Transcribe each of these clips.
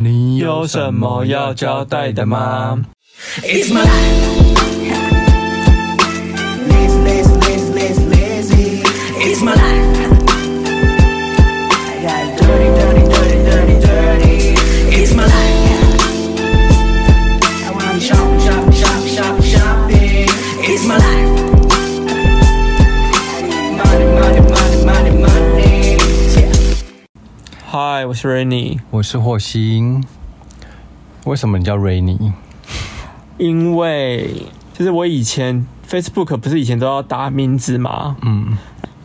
你有什么要交代的吗？ It's my life. Lazy, lazy, lazy, lazy, lazy. It's my life. I got dirty, dirty, dirty, dirty, dirty. It's my life. I wanna shop, shop, shop, shop, shopping. It's my life. I need money, money, money, money, money. Yeah. 嗨，我是 Rainy，我是霍星。为什么你叫 Rainy？因为就是我以前 Facebook 不是以前都要打名字嘛，嗯，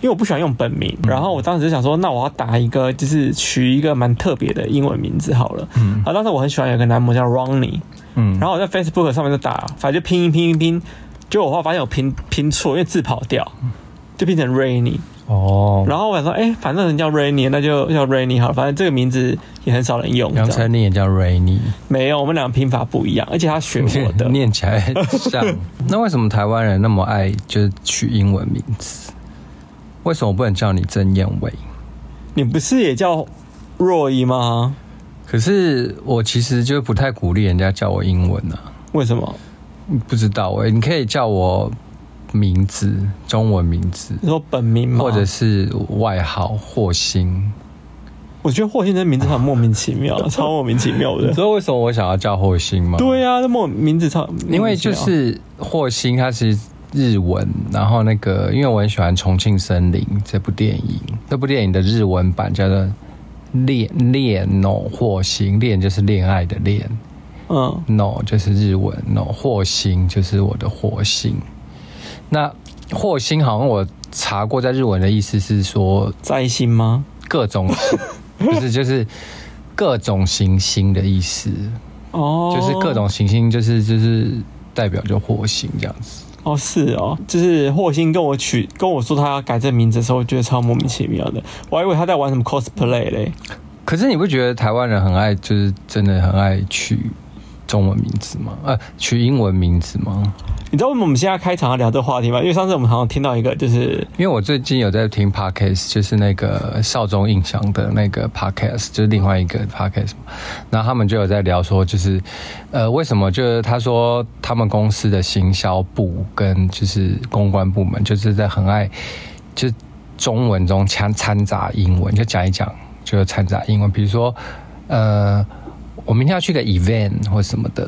因为我不喜欢用本名，然后我当时就想说，那我要打一个就是取一个蛮特别的英文名字好了，嗯，然后当时我很喜欢有个男模叫 Ronnie，嗯然后我在 Facebook 上面就打，反正就拼一拼一拼，结果我后来发现我拼拼错，因为字跑掉，嗯就变成 Rainy，哦，然后我想说，哎、反正人叫 Rainy，那就叫 Rainy 好了，反正这个名字也很少人用，杨这样丞琳也叫 Rainy，没有，我们俩拼法不一样，而且他学我 的，念起来 像。那为什么台湾人那么爱就是取英文名字？为什么不能叫你曾燕伟？你不是也叫若依吗？可是我其实就不太鼓励人家叫我英文啊，为什么？不知道哎、你可以叫我名字，中文名字，你说本名吗？或者是外号霍星。我觉得霍先生名字很莫名 其妙，超莫名其妙你的知。道为什么我想要叫霍星吗？对啊，那莫名字超，因为就是霍星，它是日文，然后那个因为我很喜欢《重庆森林》这部电影，这部电影的日文版叫做恋恋哦霍星，恋就是恋爱的恋嗯， ，no 就是日文 no 霍星就是我的霍星。那霍星好像我查过，在日文的意思是说在心吗？各种，不是就是各种行星的意思，哦，就是各种行星，就是就是代表就火星这样子。哦，是哦，就是霍星跟我取跟我说他要改这名字的时候，我觉得超莫名其妙的，我还以为他在玩什么 cosplay 嘞。可是你不觉得台湾人很爱，就是真的很爱取中文名字吗？呃，取英文名字吗？你知道为什么我们现在开场要聊这个话题吗？因为上次我们好像听到一个，就是因为我最近有在听 podcast，就是那个少中印象的那个 podcast，就是另外一个 podcast 嘛。然后他们就有在聊说，就是呃，为什么就是他说他们公司的行销部跟就是公关部门，就是在很爱就中文中掺掺杂英文，就讲一讲就掺杂英文，比如说呃，我明天要去个 event 或什么的。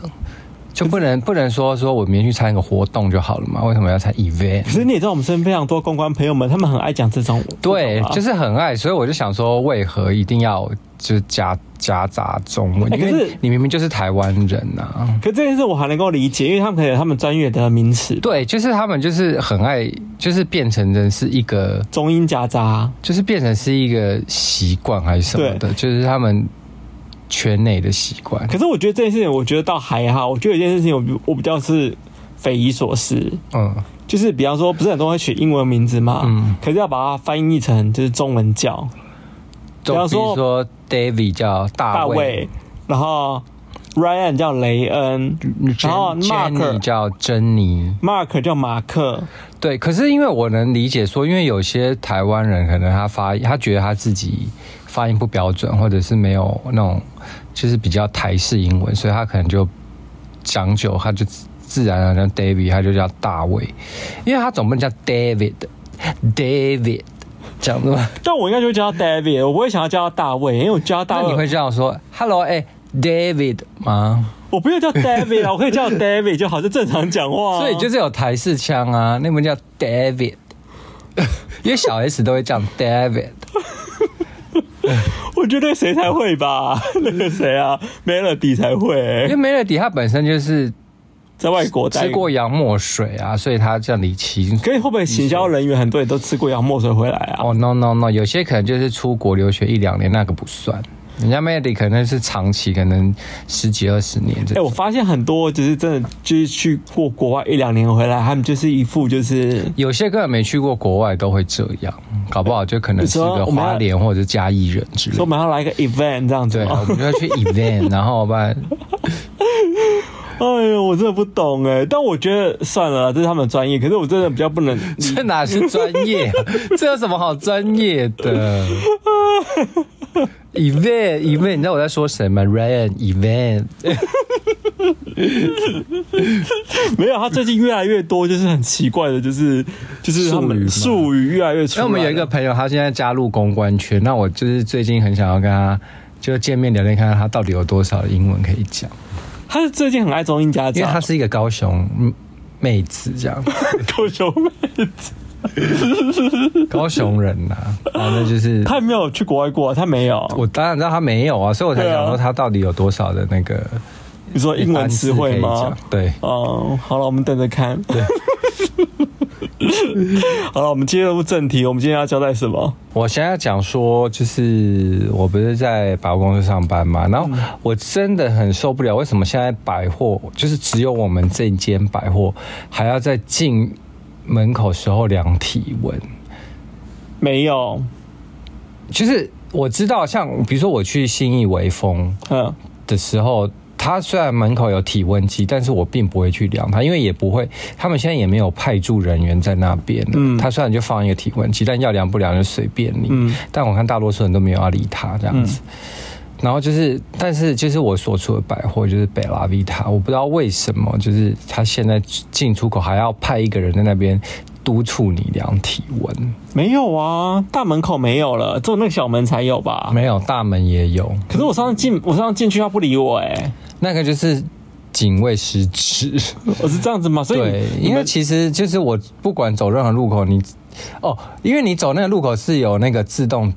就不能不能说说我明天去参加个活动就好了嘛？为什么要参 event？可是你也知道我们身边非常多公关朋友们，他们很爱讲这种，对这种，啊就是很爱，所以我就想说，为何一定要就是夹夹杂中文？哎因可是为你明明就是台湾人呐、啊。可这件事我还能够理解，因为他们可能有他们专业的名词，对，就是他们就是很爱，就是变成人是一个，中英夹杂。就是变成是一个习惯还是什么的，就是他们圈内的习惯。可是我觉得这件事情，我觉得倒还好。我觉得有件事情我比，我比较是匪夷所思，嗯，就是比方说，不是很多人会取英文名字嘛，嗯可是要把它翻译成就是中文叫就比方比说如说 David 叫大大卫卫，，然后 Ryan 叫雷恩然后 Jenny Mark 叫珍妮。 ，Mark 叫马克，对，可是因为我能理解说，因为有些台湾人可能他发他觉得他自己发音不标准，或者是没有那种就是比较台式英文，所以他可能就讲究，他就自自然而然 David，他就叫大卫，因为他总不能叫 David，David 讲的嘛，但我应该就会叫他 David，我不会想要叫他大卫，因为我叫他那大你卫会，这样说 Hello 哎、David 吗？我不用叫 David 啊，我可以叫 David 就好，就正常讲话啊、所以就是有台式腔啊，那门叫 David，因为小 S 都会讲 David。我觉得谁才会 吧，那个谁啊，Melody 才会、因为梅乐迪他本身就是在外国待吃过洋墨水啊，所以他叫李琦。可以会不会行销人员很多也都吃过洋墨水回来啊？哦、n o no no，有些可能就是出国留学一两年，那个不算。人家梅乐迪可能是长期，可能十几二十年这哎、我种。发现很多就是真的就是去过国外一两年回来，他们就是一副就是有些根本没去过国外都会这样，搞不好就可能是你个说我们要花莲或者是嘉义人之类说哦我的。们要来一个 event 这样子对啊，吗。我们就要去 event，然后把哎呦，我真的不懂哎，但我觉得算了啦，这是他们的专业，可是我真的比较 不能。这 哪是专业、啊？这有什么好专业的？ Event Event，你知道我在说谁吗？Ryan Event，没有，他最近越来越多，就是很奇怪的，就是就是他们术语吗术语越来越出那来了。我们有一个朋友，他现在加入公关圈，那我就是最近很想要跟他就见面聊天，看看他到底有多少的英文可以讲，他是最近很爱中英夹因为杂他，是一个高雄嗯妹子这样， 高雄妹子，高雄人呐、反正就是他没有去国外过啊，他没有。我当然知道他没有啊，所以我才对啊想说他到底有多少的那个你说英文词汇单吗字可以？讲？对，哦，好了，我们等着看。 对，好了，我们进入正题，我们今天要交代什么？我现在讲说，就是我不是在百货公司上班嘛，然后我真的很受不了，为什么现在百货就是只有我们这间百货还要在进门口时候量体温？没有，就是我知道，像比如说我去信义微风嗯，的时候。它虽然门口有体温计，但是我并不会去量它，因为也不会，他们现在也没有派驻人员在那边了。嗯它虽然就放一个体温计，但要量不量就随便你。嗯但我看大多数人都没有要理他这样子。然后就是，但是就是我所处的百货就是贝拉维塔，我不知道为什么，就是他现在进出口还要派一个人在那边督促你量体温，没有啊，大门口没有了，只有那个小门才有吧？没有大门也有，可是我上次进，我上次进去他不理我、哎，那个就是警卫失职。我是这样子嘛，所以对，你因为们其实就是我不管走任何路口，你哦，因为你走那个路口是有那个自动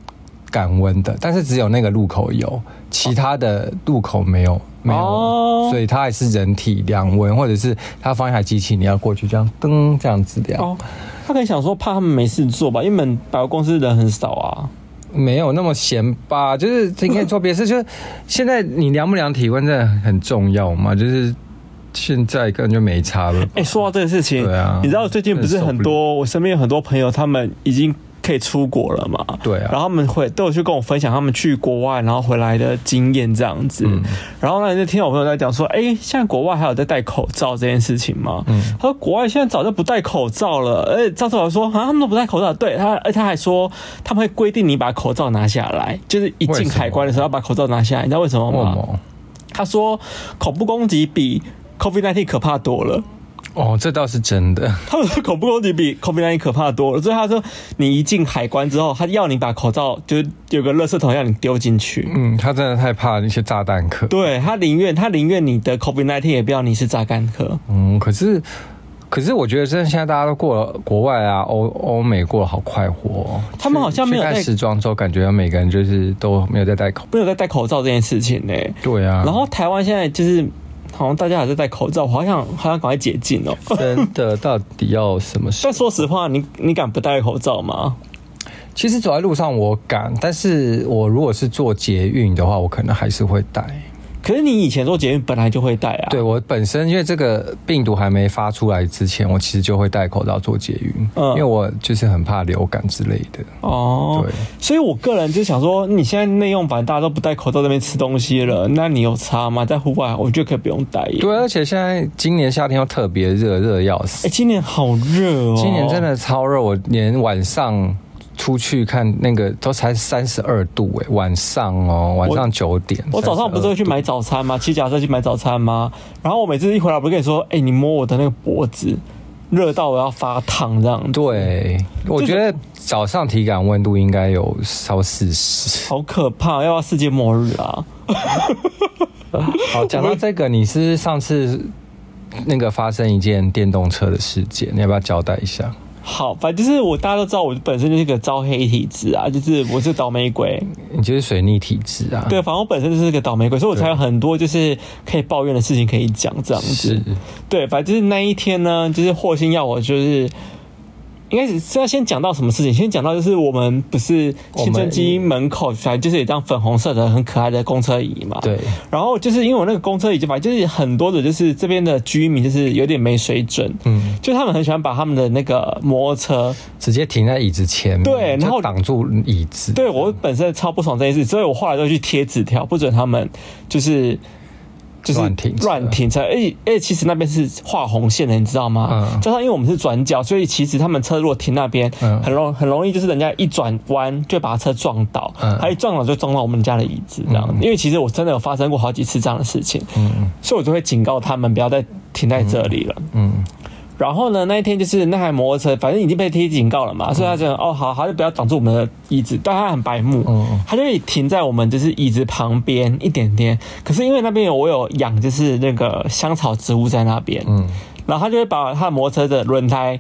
感温的，但是只有那个路口有，其他的路口没有。没有，哦所以它还是人体量温，或者是它放一台机器，你要过去这样噔这样子量，哦，他可能想说怕他们没事做吧，因为门百货公司人很少啊。没有那么闲吧？就是你可以做别的事，就是现在你量不量体温真的很重要嘛？就是现在根本就没差了吧。哎、说到这个事情，对啊你知道最近不是很真的受不多，我身边有很多朋友，他们已经可以出国了嘛？对啊然后他们会都有去跟我分享他们去国外然后回来的经验这样子。嗯然后呢，就听我朋友在讲说，哎、现在国外还有在戴口罩这件事情吗？嗯他说国外现在早就不戴口罩了，而且上次我还说啊，他们都不戴口罩。对他，而且他还说他们会规定你把口罩拿下来，就是一为什进么海关的时候要把口罩拿下来。你知道为什么为什吗？么？他说恐怖攻击比 COVID-19 可怕多了。哦，这倒是真的。他们说恐怖攻击比 COVID-19 可怕多了，所以他说你一进海关之后，他要你把口罩就是有个垃圾桶要你丢进去。嗯，他真的太怕那些炸弹客。对他宁愿他宁愿你得 COVID-19 也不要你是榨干客。嗯，可是可是我觉得真的现在大家都过了国外啊，欧欧美过得好快活、哦。他们好像没有去戴看时装周，感觉每个人就是都没有在戴口。没有在戴口罩这件事情呢、对啊，然后台湾现在就是好像大家还在戴口罩，我好想好想赶快解禁哦、 真的到底要什么事但？说实话，你你敢不戴口罩吗？其实走在路上我敢，但是我如果是坐捷运的话，我可能还是会戴。可是你以前做捷运本来就会戴啊。对我本身，因为这个病毒还没发出来之前，我其实就会戴口罩做捷运，嗯因为我就是很怕流感之类的。哦，对所以我个人就想说，你现在内用版大家都不戴口罩在那边吃东西了，那你有差吗？在户外，我觉得可以不用戴耶。对，而且现在今年夏天又特别热，热得要死哎、。今年好热哦，今年真的超热，我连晚上出去看那个都才三十二度哎、晚上哦，晚上九点。我早上不是会去买早餐吗？骑脚踏车去买早餐吗？然后我每次一回来，不是跟你说，哎、你摸我的那个脖子，热到我要发烫这样， 32？对，我觉得早上体感温度应该有超四十。好可怕，要不要世界末日啊？好，讲到这个，你是不是上次那个发生一件电动车的事件，你要不要交代一下？好，反正就是我大家都知道，我本身就是个招黑体质啊，就是我是倒霉鬼，你就是水逆体质啊？对，，反正我本身就是个倒霉鬼，所以我才有很多就是可以抱怨的事情可以讲这样子是。对，反正就是那一天呢，就是霍星要我就是。应该是是要先讲到什么事情？先讲到就是我们不是我们新生机门口，反正就是有一张粉红色的很可爱的公车椅嘛。。对，然后就是因为我那个公车椅，就反正就是很多的，就是这边的居民就是有点没水准，嗯，就他们很喜欢把他们的那个摩托车直接停在椅子前面，对然后就挡住椅子。对我本身超不爽这件事，所以我后来都去贴纸条，不准他们就是就是乱停车乱停车。哎、哎、其实那边是画红线的，你知道吗？嗯加上因为我们是转角，所以其实他们车如果停那边，嗯很容很容易就是人家一转弯就把车撞倒，嗯他一撞倒就撞到我们家的椅子这样。因为其实我真的有发生过好几次这样的事情，所以我就会警告他们不要再停在这里了。嗯然后呢，那一天就是那台摩托车，反正已经被贴警告了嘛，所以他就哦好，他就不要挡住我们的椅子，但他很白目，嗯他就停在我们就是椅子旁边一点点。可是因为那边有我有养就是那个香草植物在那边，嗯然后他就会把他的摩托车的轮胎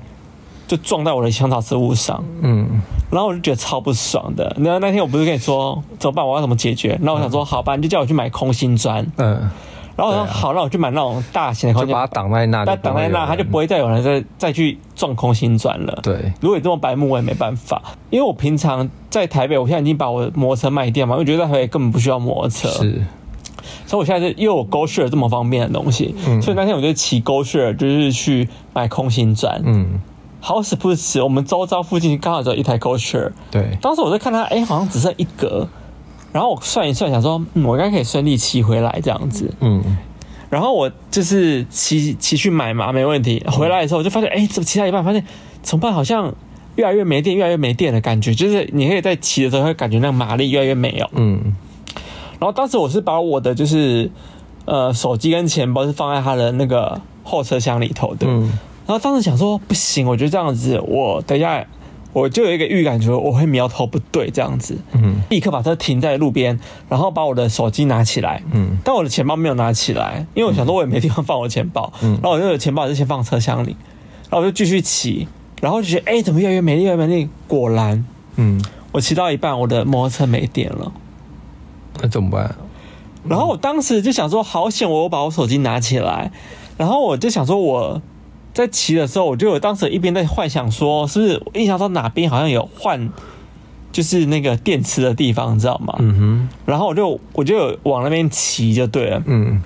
就撞在我的香草植物上，嗯然后我就觉得超不爽的。然后那天我不是跟你说怎么办，我要怎么解决？然后我想说好吧，你就叫我去买空心砖。嗯，然后我说对啊好，那我去买那种大型的空就心把它挡在那，那挡在那，他就不会会再有人再再去撞空心砖了。有人对，如果你这么白目，我也没办法，因为我平常在台北，我现在已经把我的摩托车卖掉嘛，因为我觉得在台北根本不需要摩托车，是所以我现在是又有 g o s h a r 这么方便的东西，嗯所以那天我就骑 g o s h a r 就是去买空心砖，嗯好死不死，我们周遭附近刚好只有一台 g o s h a r 对，当时我在看它，哎、好像只剩一格，然后我算一算，想说，嗯，我应该可以顺利骑回来这样子，嗯然后我就是骑骑去买嘛，没问题。回来的时候我就发现，哎、怎么骑到一半发现怎么办？好像越来越没电，越来越没电的感觉，就是你可以在骑的时候会感觉那个马力越来越没有。嗯然后当时我是把我的就是呃手机跟钱包是放在他的那个后车厢里头的。嗯然后当时想说不行，我觉得这样子，我等一下我就有一个预感，觉得我会苗头不对这样子。嗯立刻把车停在路边，然后把我的手机拿起来，嗯但我的钱包没有拿起来，因为我想说我也没地方放我钱包，然后我就钱包还是先放车厢里，然后我就继续骑，然后就觉得哎、怎么越来越美丽，越来越美丽？果然，嗯，我骑到一半，我的摩托车没电了，那怎么办？然后我当时就想说，好险，我有把我手机拿起来，然后我就想说我。在骑的时候，我就有当时一边在幻想说，是不是我印象中哪边好像有换，就是那个电池的地方，你知道吗？嗯哼，然后我就我就有往那边骑就对了。嗯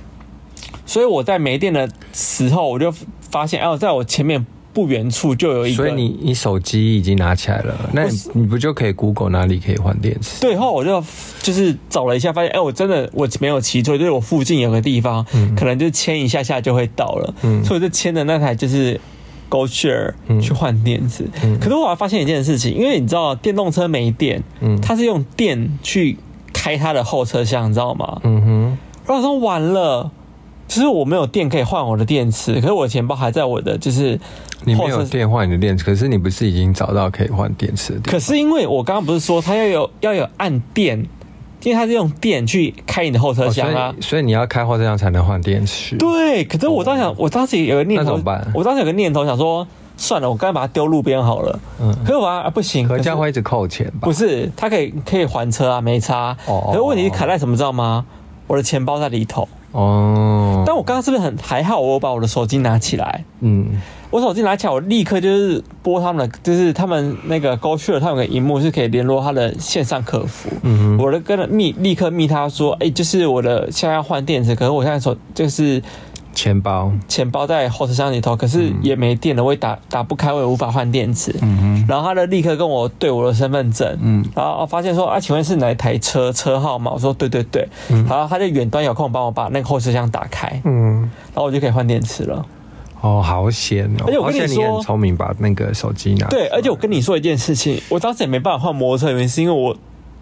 所以我在没电的时候，我就发现，哦，在我前面不远处就有一个。所以你你手机已经拿起来了，那你你不就可以 Google 哪里可以换电池？对，后我就就是找了一下，发现，哎、我真的我没有骑错，就是我附近有个地方，可能就牵一下下就会到了，嗯所以我就牵着那台就是 Go Share 去换电池。可是我还发现一件事情，因为你知道电动车没电，嗯它是用电去开它的后车厢，你知道吗？嗯哼，然后我说完了，就是我没有电可以换我的电池，可是我的钱包还在我的就是你没后有车电换你的电池，可是你不是已经找到可以换电池的地方？可是因为我刚刚不是说它要有要有按电，因为它是用电去开你的后车哦所厢以啊。所以你要开后车厢才能换电池。对，可是我当时想，我当时有个念哦那头，怎么办我当时有个念头想说，算了，我干脆把它丢路边好了。嗯可是我啊不行，可可这是样会一直扣钱吧？不是，它可以可以还车啊，没差。哦可是问题是卡在什么，知道吗？我的钱包在里头。哦，但我刚刚是不是很还好？我有把我的手机拿起来，嗯我手机拿起来，我立刻就是拨他们的，就是他们那个 g o s h a r 他们有个荧幕是可以联络他的线上客服。嗯哼我的跟了密立刻密他说，哎、就是我的现在要换电池，可是我现在手就是钱包，钱包在后车厢里头，可是也没电了，我也打打不开，我也无法换电池。嗯然后他就立刻跟我对我的身份证，嗯然后发现说啊，请问是哪一台车车号吗？我说对对对，然后他就远端遥控帮我把那个后车厢打开，然嗯，后我就可以换电池了。哦，好险哦！而且我好跟你险你说很聪明，把那个手机拿出来。对，而且我跟你说一件事情，我当时也没办法换摩托车，原因是因为我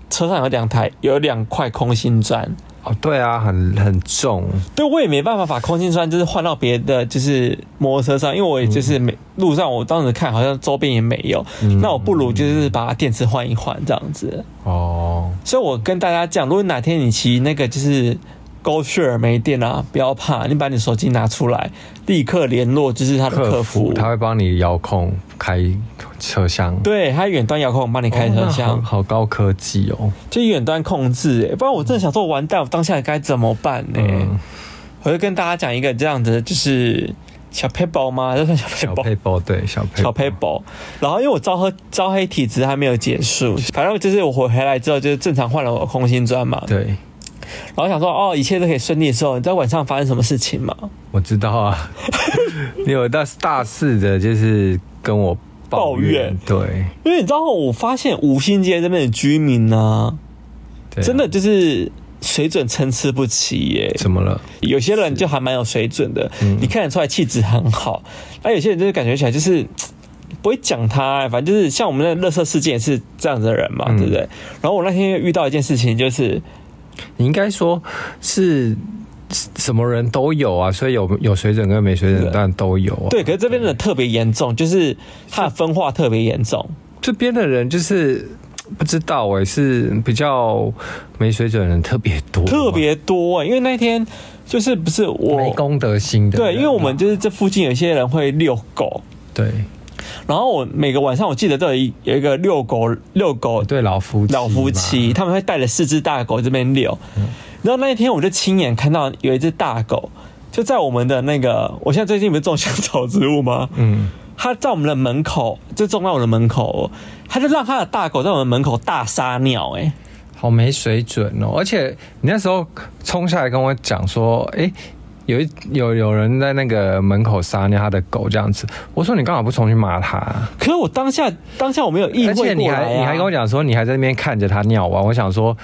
车上有两台有两块空心砖，哦，对啊，很很重，对我也没办法把空心砖就是换到别的就是摩托车上，因为我也就是没路上我当时看好像周边也没有，那我不如就是把电池换一换这样子。哦，所以我跟大家讲，如果哪天你骑那个就是 Go Share 没电啊，不要怕，你把你手机拿出来，立刻联络就是他的客客服服，他会帮你遥控开车厢，对他远端遥控帮你开车哦那厢。 好好高科技哦。就远端控制、欸，不然我真的想说完蛋，我当下该怎么办呢、嗯，我就跟大家讲一个这样子，就是小 p a p e 吗？这算小 p 小 a p e 配包对小配小 p a p e 然后因为我招黑招黑体质还没有结束，反正就是我回回来之后就是正常换了我的空心砖嘛，对，然后想说哦一切都可以顺利的时候，你知道晚上发生什么事情吗？我知道 啊。你有大大四的，就是跟我抱抱怨对因为你知道我发现五星街这边的居民呢、对啊真的就是水准参差不齐耶。怎么了？有些人就还蛮有水准的，嗯你看得出来气质很好。那有些人就是感觉起来就是嘖不会讲他、啊反正就是像我们那乐色事件也是这样子的人嘛，嗯对不对？然后我那天遇到一件事情，就是你应该说是什么人都有啊，所以有有水准跟没水准对当然都有啊。对，可是这边的特别严重，就是他的分化特别严重。这边的人就是不知道哎、是比较没水准的人特别多，特别多、欸，因为那天就是不是没我公德心的人啊。对，因为我们就是这附近有些人会遛狗，对然后我每个晚上我记得都有一有一个遛狗遛狗对老夫妻老夫妻，他们会带着四只大狗这边遛，然后那一天我就亲眼看到有一只大狗就在我们的那个，我现在最近不是种香草植物吗？嘛，嗯，它在我们的门口就种到我的门口哦，它就让它的大狗在我们门口大撒尿、欸，哎。好没水准哦。而且你那时候冲下来跟我讲说，哎、有一有有人在那个门口撒尿，他的狗这样子。我说你干嘛不冲去骂他、啊可是我当下当下我没有意而且会过来、啊、你还你还跟我讲说你还在那边看着他尿啊完，我想说，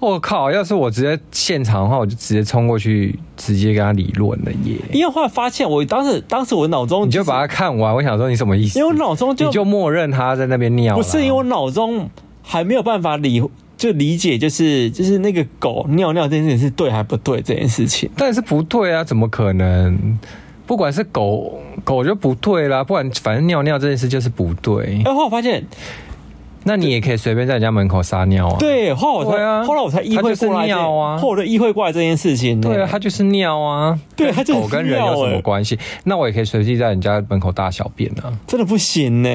我靠，要是我直接现场的话，我就直接冲过去，直接跟他理论了耶。因为后来发现，我当时当时我脑中你就把它，他看完，我想说你什么意思？因为我脑中就你就默认他在那边尿啦，不是因为我脑中还没有办法理就理解，就是就是那个狗尿尿这件事情是对还不对这件事情。但是不对啊，怎么可能？不管是狗狗就不对啦，不管反正尿尿这件事就是不对。哎然后来我发现，那你也可以随便在人家门口撒尿啊。对，后来我才、对啊后来我才意它会就是过来这，尿啊后来我就意会过来这件事情呢、对啊，它就是尿啊。对它就是狗跟人有什尿么欸关系？那我也可以随地在人家门口大小便啊。真的不行呢、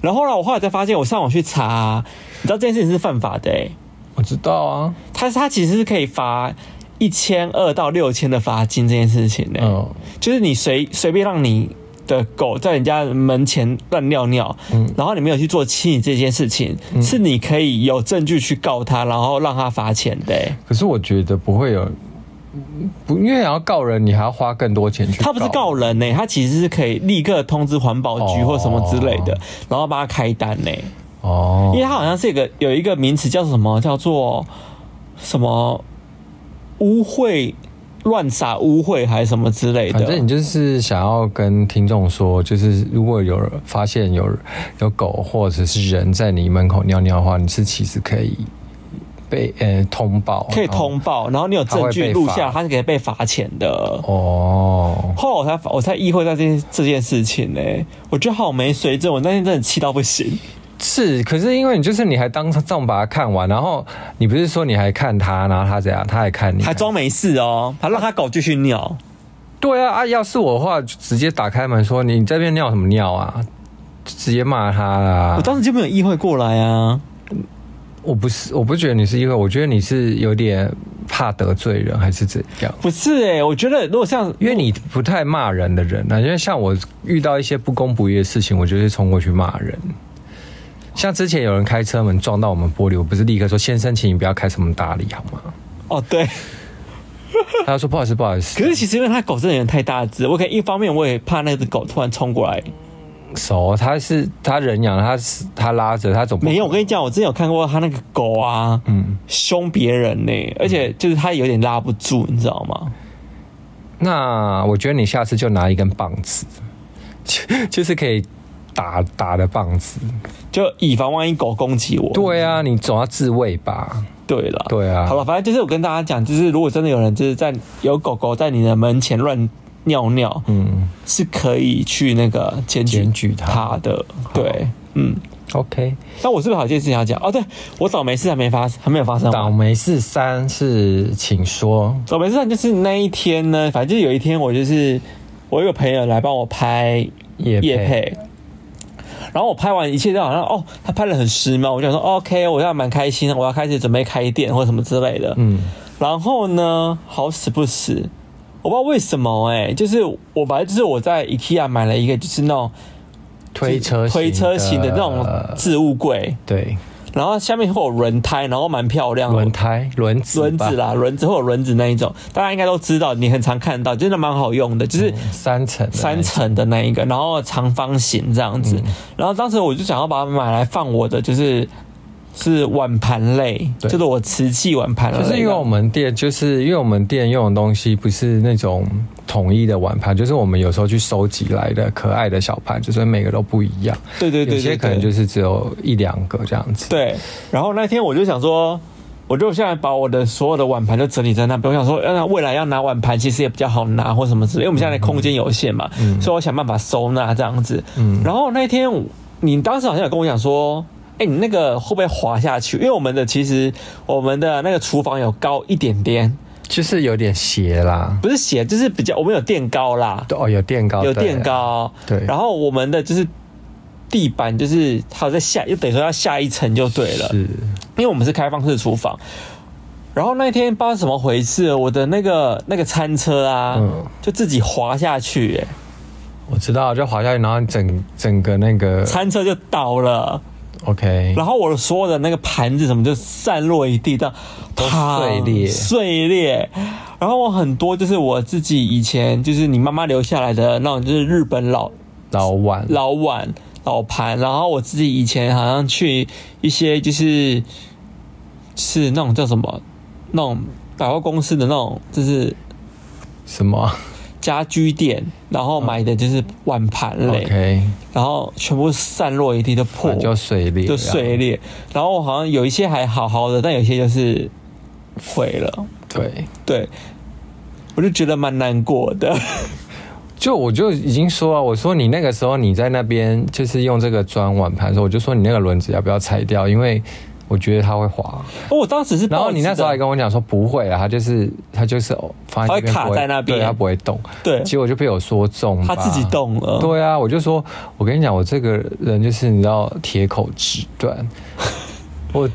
然后后来我后来才发现，我上网去查，你知道这件事情是犯法的、欸，我知道啊，它它其实是可以罚一千二到六千的罚金这件事情呢、嗯，就是你随随便让你的狗在人家门前乱尿尿，嗯然后你没有去做清理这件事情，是你可以有证据去告他，然后让他罚钱的、欸可是我觉得不会有，不，因为你要告人，你还要花更多钱去。他不是告人呢、欸他其实是可以立刻通知环保局哦或什么之类的，然后帮他开单呢、欸哦因为，他好像是一个有一个名词叫什么，叫做什么污秽。乱撒污秽还是什么之类的，反正你就是想要跟听众说，就是如果有人发现有有狗或者是人在你门口尿尿的话，你是其实可以被呃通报，可以然后通报，然后你有证据录下来，他是可以被罚钱的。哦。后来我才我才意会到这件这件事情呢、我觉得好没水准，我那天真的气到不行。是，可是因为你就是你还当众把它看完，然后你不是说你还看他，然后他怎样，他还看你，还装没事哦，还让他狗继续尿。对啊啊！要是我的话，就直接打开门说你这边尿什么尿啊，就直接骂他啦。我当时就没有意会过来啊。我不是，我不觉得你是因为，我觉得你是有点怕得罪人，还是怎样？不是哎、我觉得如果像因为你不太骂人的人啊，因为像我遇到一些不公不义的事情，我就会冲过去骂人。像之前有人开车门撞到我们玻璃，我不是立刻说：“先生，请你不要开车门打理好吗哦 对，？”他就说：“不好意思，不好意思。”可是其实因为他狗真的有点太大只，我可能一方面我也怕那只狗突然冲过来。手他是他人养，他是他拉着他总不没有，我跟你讲，我之前有看过他那个狗啊，嗯，凶别人呢、而且就是他有点拉不住，你知道吗？那我觉得你下次就拿一根棒子， 就就是可以打打的棒子。就以防万一狗攻击我。对啊，你总要自卫吧？对了，对啊好了，反正就是我跟大家讲，就是如果真的有人就是在有狗狗在你的门前乱尿尿，嗯是可以去那个检举检举它它的。对，嗯。 ，OK。那我是不是好件事情要讲？哦，对我倒霉事还没发，还没有发生倒完。霉事三是请说，倒霉事情就是那一天呢，反正就是有一天我就是我有一个朋友来帮我拍也夜配。然后我拍完一切都好像哦，他拍的很时髦，我就想说 OK，我要蛮开心的，我要开始准备开店或什么之类的。嗯，然后呢，好死不死，我不知道为什么哎、就是我反正就是我在 IKEA 买了一个就是那种推车推车型的那种置物柜，对然后下面会有轮胎，然后蛮漂亮的轮胎轮子吧嗯轮子，啦，轮子或者轮子那一种，大家应该都知道，你很常看到，真的蛮好用的，就是三层的三层的那一个，嗯然后长方形这样子。然后当时我就想要把它买来放我的就是是碗盘类，对就是我瓷器碗盘类的，就是因为我们店，就是因为我们店用的东西不是那种统一的碗盘，就是我们有时候去收集来的可爱的小盘，就是每个都不一样。对对对有些对可能对就是只有一两个这样子。对，然后那天我就想说，我就现在把我的所有的碗盘就整理在那边。我想说，呃那未来要拿碗盘其实也比较好拿或什么之类，因为我嗯们现在空间有限嘛，所以我想办法收纳这样子。嗯然后那天我你当时好像有跟我讲说。哎、你那个会不会滑下去？因为我们的其实我们的那个厨房有高一点点，就是有点斜啦。不是斜，就是比较我们有垫高啦，哦，有垫高，有对垫。高，对然后我们的就是地板就是还有在下，就等于说要下一层就对了。是，因为我们是开放式厨房。然后那天不知道怎么回事，我的那个那个餐车啊，嗯就自己滑下去、欸，我知道，就滑下去，然后整整个那个餐车就倒了， OK，然后我所有的那个盘子什么就散落一地，这样都啪碎裂碎裂。然后我很多就是我自己以前就是你妈妈留下来的那种，就是日本老老碗老碗、老盘，然后我自己以前好像去一些就是就是那种叫什么那种百货公司的那种就是什么家居店，然后买的就是碗盘类， OK，啊然后全部散落一地就破，就碎裂，就碎。裂。然后好像有一些还好好的，但有些就是毁了。对，对，我就觉得蛮难 过的。哦就我就已经说啊，我说你那个时候你在那边就是用这个装碗盘的时候，我就说你那个轮子要不要拆掉，因为我觉得它会滑。哦我当时是抱着，然后你那时候还跟我讲说不会啊，它就是它就是哦放在这边它会卡不会在那边对，它不会动。对结果就被我说中，他自己。动嗯了，对啊，我就说，我跟你讲，我这个人就是你知道铁口直 断，我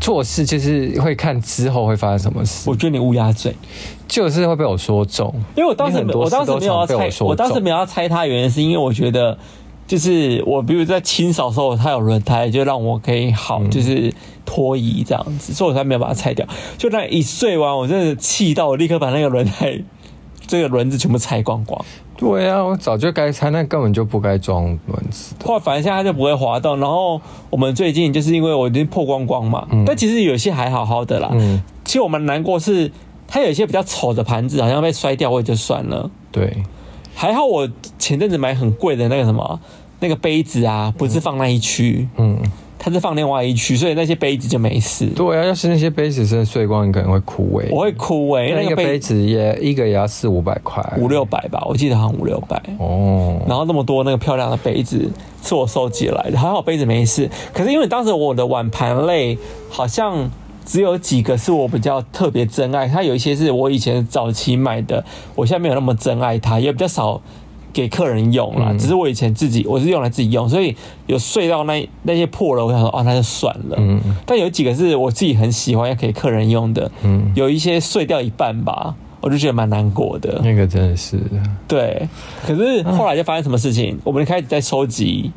做事就是会看之后会发生什么事我，觉得你乌鸦嘴。就是会被我说中。因为我当你时很多我当时事都没有要常被拆我，说我当时中没有要拆它，原因是因为我觉得，就是我比如在清扫的时候，它有轮胎，就让我可以好、嗯就是拖移这样子，所以我才没有把它拆掉。就那一碎完，我真的气到我立刻把那个轮胎。这个轮子全部拆光光，对啊，我早就该拆，那根本就不该装轮子的。后来反正现在它就不会滑动。然后我们最近就是因为我已经破光光嘛，但其实有些还好好的啦。嗯，其实我们难过是它有一些比较丑的盘子，好像被摔掉我也就算了。对，还好我前阵子买很贵的那个什么那个杯子啊，不是放那一区，嗯，它是放另外一区，所以那些杯子就没事。对啊，要是那些杯子真的碎光，你可能会枯萎。我会哭诶、因为那个那个杯杯子子也一个也要四五百块，五六百吧，我记得好像五六百。哦，然后那么多那个漂亮的杯子是我收集来的，还好杯子没事。可是因为当时我的碗盘类好像只有几个是我比较特别珍爱，它有一些是我以前早期买的，我现在没有那么珍爱它，也比较少给客人用啦。嗯只是我以前自己我是用来自己用，所以有碎到那那些破了，我想说哦那就算了。嗯但有几个是我自己很喜欢要给客人用的，嗯，有一些碎掉一半吧，我就觉得蛮难过的。那个真的是，对，可是后来就发生什么事情？我们开始在收集，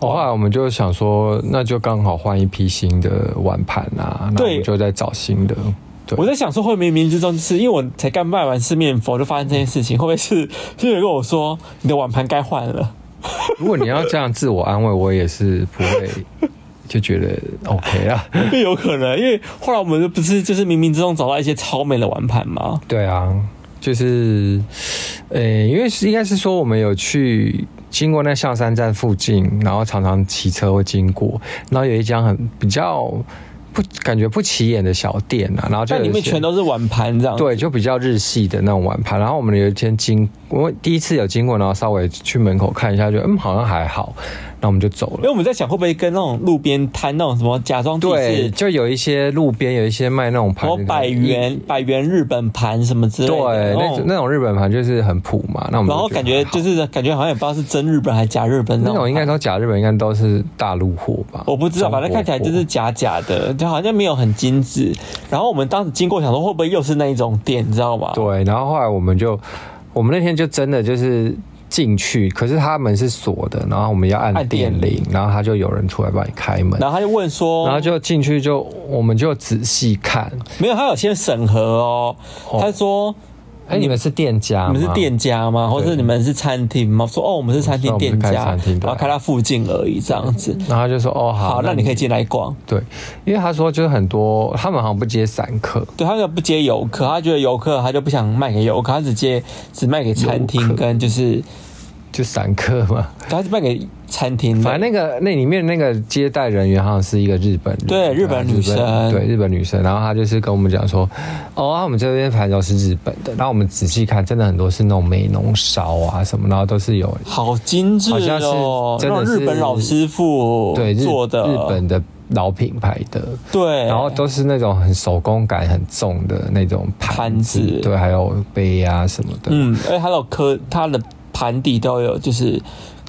后来我们就想说，那就刚好换一批新的碗盘啊，那我对们就在找新的。对我在想说，会不会冥冥之中，就是因为我才刚卖完四面佛，就发生这件事情，会不会是 是有人跟我说你的碗盘该换了？如果你要这样自我安慰，我也是不会就觉得 OK 啊。就有可能，因为后来我们不是就是冥冥之中找到一些超美的碗盘吗？对啊，就是，呃、因为是应该是说我们有去经过那象山站附近，然后常常骑车会经过，然后有一家很比较不感觉不起眼的小店啊，然后就但里有一面些全都是碗盘这样。，对，就比较日系的那种碗盘。然后我们有一天经，我第一次有经过，然后稍微去门口看一下，觉得嗯好像还好，那我们就走因为了。我们在想会不会跟那种路边摊那种什么假装自己对，是就有一些路边有一些卖那种什盘么子，百元百元日本盘什么之类的，对，那种种那种日本盘就是很普嘛，那我们然后就感觉还好就是感觉好像也不知道是真日本还是假日本那种应盘该都假日本，应该都是大陆货吧？我不知道，反正看起来就是假假的，就好像没有很精致。然后我们当时经过，想说会不会又是那一种店，你知道吗？中国货对。然后后来我们就，我们那天就真的就是进去，可是他门是锁的，然后我们要按按电电铃，然后他就有人出来帮你开门，然后他就问说，然后就进去就我们就仔细看，没有，他有先审核哦。哦他说，哎，你们是店家吗？你们是店家吗？或者你们是餐厅吗？说哦，我们是餐厅我们是店开家餐厅，的然后开到附近而已，这样子。然后他就说哦好，好，那你可以进来逛。对，因为他说就是很多他们好像不接散客，对他那个不接游客，他觉得游客他就不想卖给游客，他只接只卖给餐厅跟就是，就散客嘛。他只卖给餐厅的。反正那个那里面那个接待人员好像是一个日本人，对日本女生对日本女生，然后她就是跟我们讲说，哦，啊我们这边牌照是日本的，然后我们仔细看，真的很多是那种美浓烧啊什么，然后都是有好精致好像是哦，真的那种日是本老师傅对日做的日本的老品牌的，对，然后都是那种很手工感很重的那种盘子，盘子对，还有杯啊什么的，嗯，而且它有刻它的盘底都有就是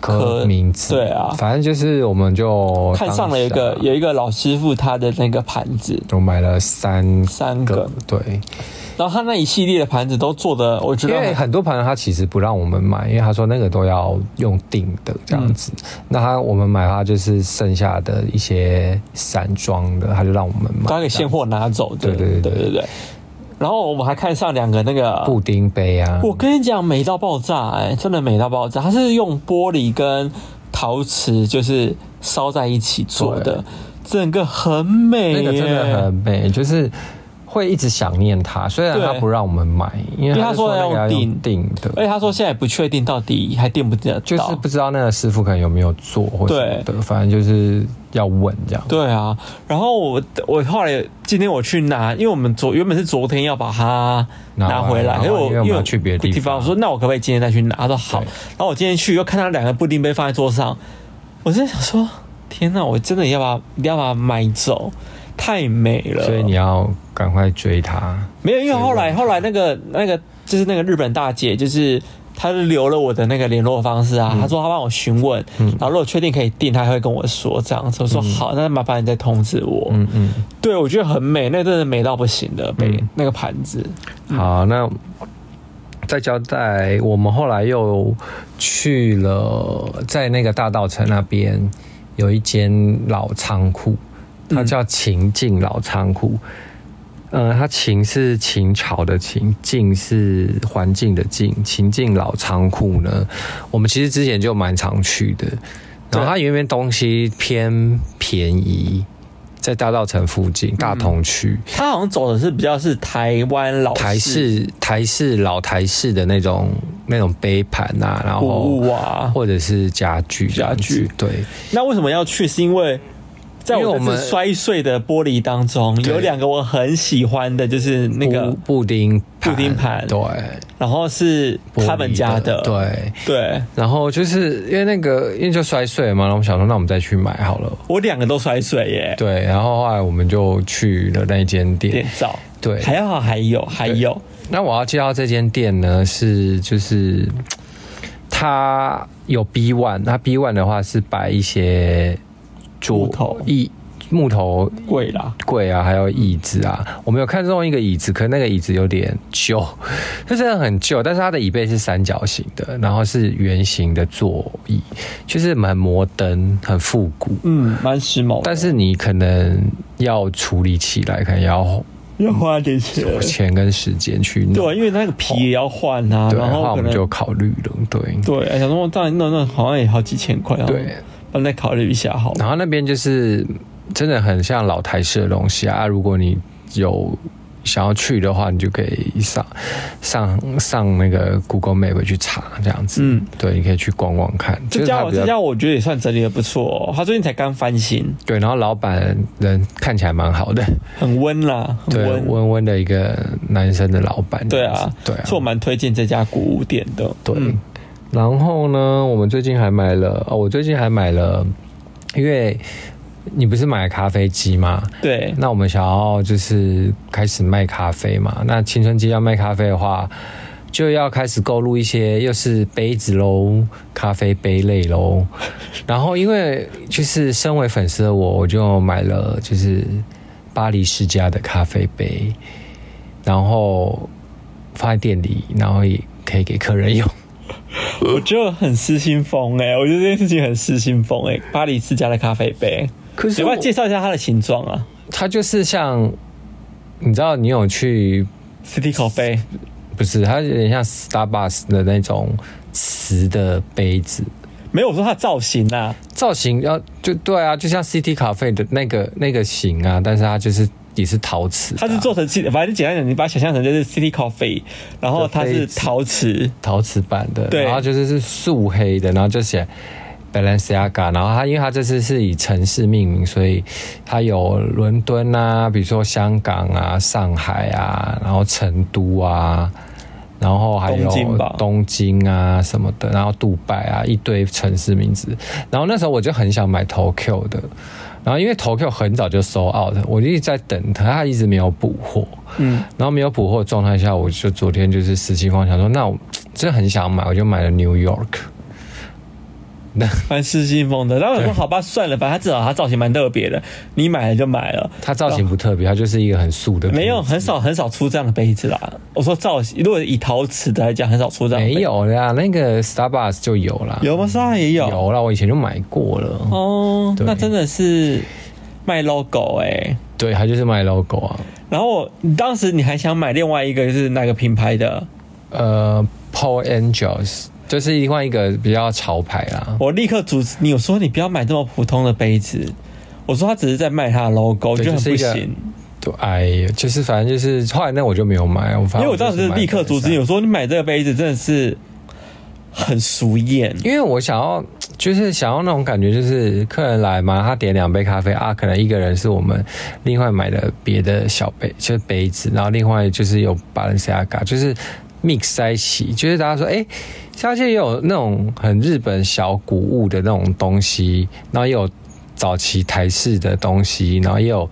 刻名字，对啊，反正就是我们就看上了一个当下有一个老师傅他的那个盘子，我买了三三个个，对。然后他那一系列的盘子都做的，我觉因为得很多朋友他其实不让我们买，因为他说那个都要用订的这样子。嗯那他我们买的话就是剩下的一些散装的，他就让我们买刚给现货拿走的，对对对对对对对。然后我们还看上两个那个布丁杯啊。我跟你讲，美到爆炸、哎，真的美到爆炸。它是用玻璃跟陶瓷就是烧在一起做的，整个很美、那个真的哎很美，就是会一直想念它。虽然对他不让我们买，因为因为他他是说说那个要要用用订而的，且他说现在也不确定到底还订不订得到，就是不知道那个师傅可能有没有做或什么对的，反正就是要问这样。对啊，然后我我后来今天我去拿，因为我们昨原本是昨天要把它拿拿回回来，来可是我因为我们要去别的地地方我说那我可不可以今天再去拿？他说好。对然后我今天去又看到两个布丁杯放在桌上，我真的想说，天哪，我真的要把一定要把它买走，太美了。所以你要赶快追他。没有，因为后来后来那个那个就是那个日本大姐，就是她留了我的那个联络方式啊，嗯她说她帮我询问，然后如果确定可以订，她会跟我说这样子。我说好，那麻烦你再通知我。嗯嗯。对，我觉得很美，那个真的美到不行的，美、嗯那个盘子。好，那再交代，我们后来又去了，在那个大道城那边有一间老仓库，它叫秦晋老仓库。嗯、它秦是秦朝的秦，晋是环境的晋。秦晋老仓库呢，我们其实之前就蛮常去的。然后它原边东西偏便宜，在大道城附近大同区。她好像走的是比较是台湾老台式台式老台式的那种那种杯盘啊，然古后物啊。或者是家具这样子家具对那为什么要去？是因为在因为我我们们摔碎的玻璃当中，对有两个我很喜欢的，就是那个布，布丁布丁盘对然后是玻璃他们家的，对，对。然后就是因为那个因为就摔碎了嘛，然后我们想说那我们再去买好了，我两个都摔碎耶，对，然后后来我们就去了那一间点店，照，对，还好还有还有，那我要介绍这间店呢，是就是它有 B one，它 B one 的话是摆一些桌木头椅、木头贵啦，柜啊，还有椅子啊。我们有看中一个椅子，可那个椅子有点旧， 就真的很旧。但是它的椅背是三角形的，然后是圆形的座椅，就是蛮摩登、很复古。嗯，蛮时髦的，但是你可能要处理起来，可能要要花点钱，钱跟时间去弄。对，因为那个皮也要换啊，对，然然后后我可们就能考虑了，对。对，哎想说这样弄弄好像也好几千块，对，那再考虑一下好了，然后那边就是真的很像老台式的东西啊，啊如果你有想要去的话，你就可以上上上那个 Google Map 去查这样子，嗯，对，你可以去逛逛看。这就是家它我比较这家我觉得也算整理的不错、哦，他最近才刚翻新，对，然后老板人看起来蛮好的，很温啦，很对，温，温温的一个男生的老板这对样子，啊，对啊，所以我蛮推荐这家古物店的，对。嗯然后呢，我们最近还买了哦，我最近还买了，因为你不是买了咖啡机吗？对，那我们想要就是开始卖咖啡嘛，那青春期要卖咖啡的话，就要开始购入一些又是杯子喽、咖啡杯类喽。然后因为就是身为粉丝的我，我就买了就是巴黎世家的咖啡杯，然后放在店里，然后也可以给客人用。我就很失心疯哎、我觉得这件事情很失心疯哎、巴黎世家的咖啡杯。可你要不要介绍一下它的形状啊它就是像你知道，你有去？City Coffee，不是，它有点像 Starbucks 的那种瓷的杯子，没有我说它造型啊，造型要就对啊，就像 CT 咖啡的那个那个型啊，但是它就是也是陶瓷的啊、它是做成气，反正简单讲，你把它想象成就是 City Coffee，然后它的杯是子陶瓷，陶瓷版的，对然后就是是素黑的，然后就写 Balenciaga，然后它因为它这次是以城市命名，所以它有伦敦啊，比如说香港啊、上海啊，然后成都啊。然后还有东京吧东京啊什么的，然后杜拜啊一堆城市名字。然后那时候我就很想买 Tokyo 的，然后因为 Tokyo 很早就 sold out，了我就一直在等它，它一直没有补货。嗯，然后没有补货的状态下，我就昨天就是十七方想说，那我真的很想买，我就买了 New York。蛮失心疯的。然后我说好吧，算了，反正它至少它造型蛮特别的，你买了就买了。它造型不特别，它就是一个很素的，啊没有，很少很少出这样的杯子啦。我说造型，如果以陶瓷的来讲，很少出这样的没杯子。有啦，那个 Starbucks 就有啦，有吗？上海也有。有啦，我以前就买过了。哦，对那真的是卖 logo 哎、对，它就是卖 logo 啊，然后我你当时你还想买另外一个是哪个品牌的？呃，Paul Angels 就是另外一个比较潮牌啦。我立刻阻止你，我说你不要买这么普通的杯子。我说他只是在卖他的 logo，我觉对得很不就是一个行。对，哎呀，就是反正就是后来那我就没有买，我反正因为我当就时是买立刻阻止你，本我说你买这个杯子真的是很俗艳。因为我想要，就是想要那种感觉，就是客人来嘛，他点两杯咖啡啊，可能一个人是我们另外买的别的小杯，就是杯子，然后另外就是有 Balenciaga，就是 mix 在一起，就是大家说，哎、下去也有那种很日本小古物的那种东西，然后也有早期台式的东西，然后也有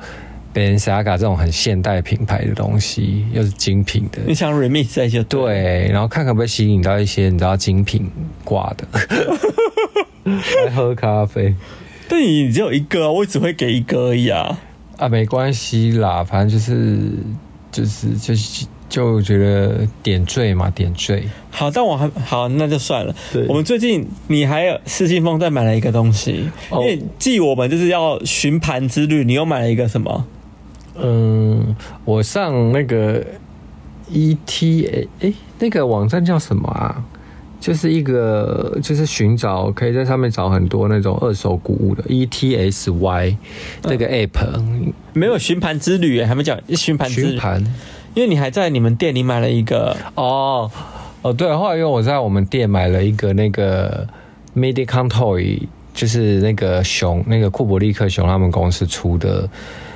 Balenciaga 这种很现代品牌的东西，又是精品的。你想 remix 在就对了，对，然后看可不可以吸引到一些你知道精品挂 的，来喝咖啡但你只有一个啊、我只会给一个而已啊。啊，没关系啦，反正就是就是就是就觉得点缀嘛，点缀。好，但我还好，那就算了对。我们最近你还有失心疯在买了一个东西，哦因为继我们就是要寻盘之旅，你又买了一个什么？嗯，我上那个 E T A 哎，那个网站叫什么啊？就是一个就是寻找，可以在上面找很多那种二手古物的 E T S Y 那个 app 没有寻盘之旅耶，还没讲寻盘之寻旅，盘。因为你还在你们店里买了一个哦，哦，对，后来因为我在我们店买了一个那个 Medicon Toy，就是那个熊，那个库伯利克熊他们公司出的，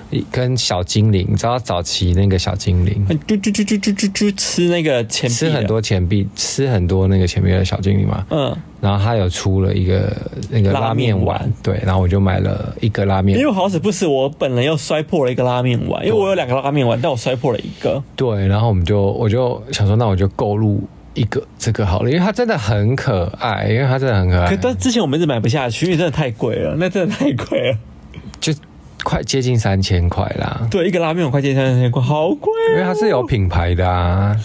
一跟小精灵，你知道早期那个小精灵。很啾啾啾啾啾啾啾吃那个钱币，啊吃很，多钱币，吃很多那个钱币的小精灵嘛，嗯，然后他有出了一个那个拉拉面面碗哎碗，对，然后我就买了一个拉面因为，好死不死，我本人又摔破了一个拉面碗，因为我有两个拉面碗，但我摔破了一个，对，然后我们就我就想说，那我就购入一个这个好了，因为它真的很可爱，因为它真的很可爱。可但之前我们一直买不下去，因为真的太贵了，那真的太贵了，就快接近三千块啦，对，一个拉面碗快接近三千块，好贵哦、因为它是有品牌的啊。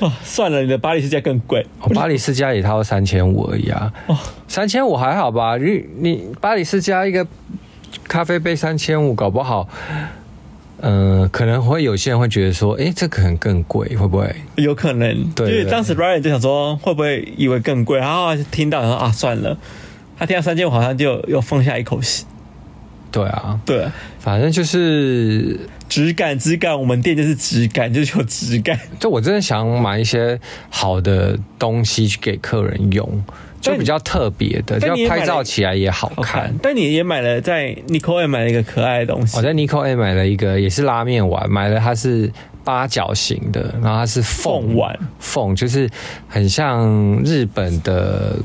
啊，算了，你的巴黎世界更贵。哦巴黎世家也它要三千五而已啊，哦三千五还好吧？你你巴黎世家一个咖啡杯三千五，搞不好，呃，可能会有些人会觉得说，诶，这可能更贵，会不会？有可能，对因为当时 Ryan 就想说会不会以为更贵，然后听到然后啊算了，他听到三千五好像就又放下一口气，对啊，对，反正就是质感质感，我们店就是质感，就是有质感，就我真的想买一些好的东西去给客人用，就但比较特别的，但就你也买拍了照起来也 好好看看。。但你也买了在 n i c o 也买了一个可爱的东西我，在 Nico A 买了一个，也是拉面碗，买了它是八角形的，然后它是凤凤丸，凤就是很像日本的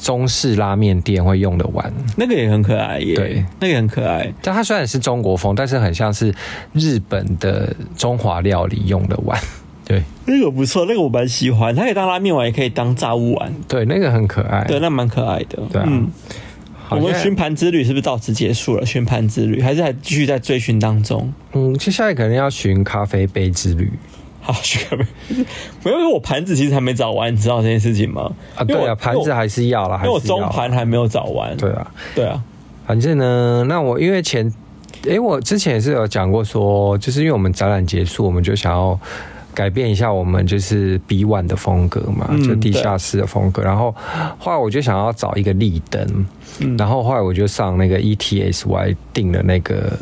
中式拉面店会用的碗。那个也很可爱耶，对，那个也很可爱。但它虽然是中国风，但是很像是日本的中华料理用的碗。对那个不错，那个我蛮喜欢，它可以当拉面碗，也可以当炸物碗，对，那个很可爱。对，那蛮可爱的。哎对啊嗯，好我们现在寻盘之旅是不是到此结束了？寻盘之旅还是还继续在追寻当中？ 嗯，接下来可能要寻咖啡杯之旅好，徐 可没，没有，因为我盘子其实还没找完，你知道这件事情吗？啊。因为对我啊，盘子还是要啦，因为我还是要中啦盘还没有找完。对啊。对啊，反正呢，那我因为前，诶，我之前也是有讲过说，就是因为我们展览结束，我们就想要。改变一下我们就是 B one 的风格嘛，嗯就地下室的风格。然后后来我就想要找一个立灯，嗯然后后来我就上那个 E ETSY 定了那个，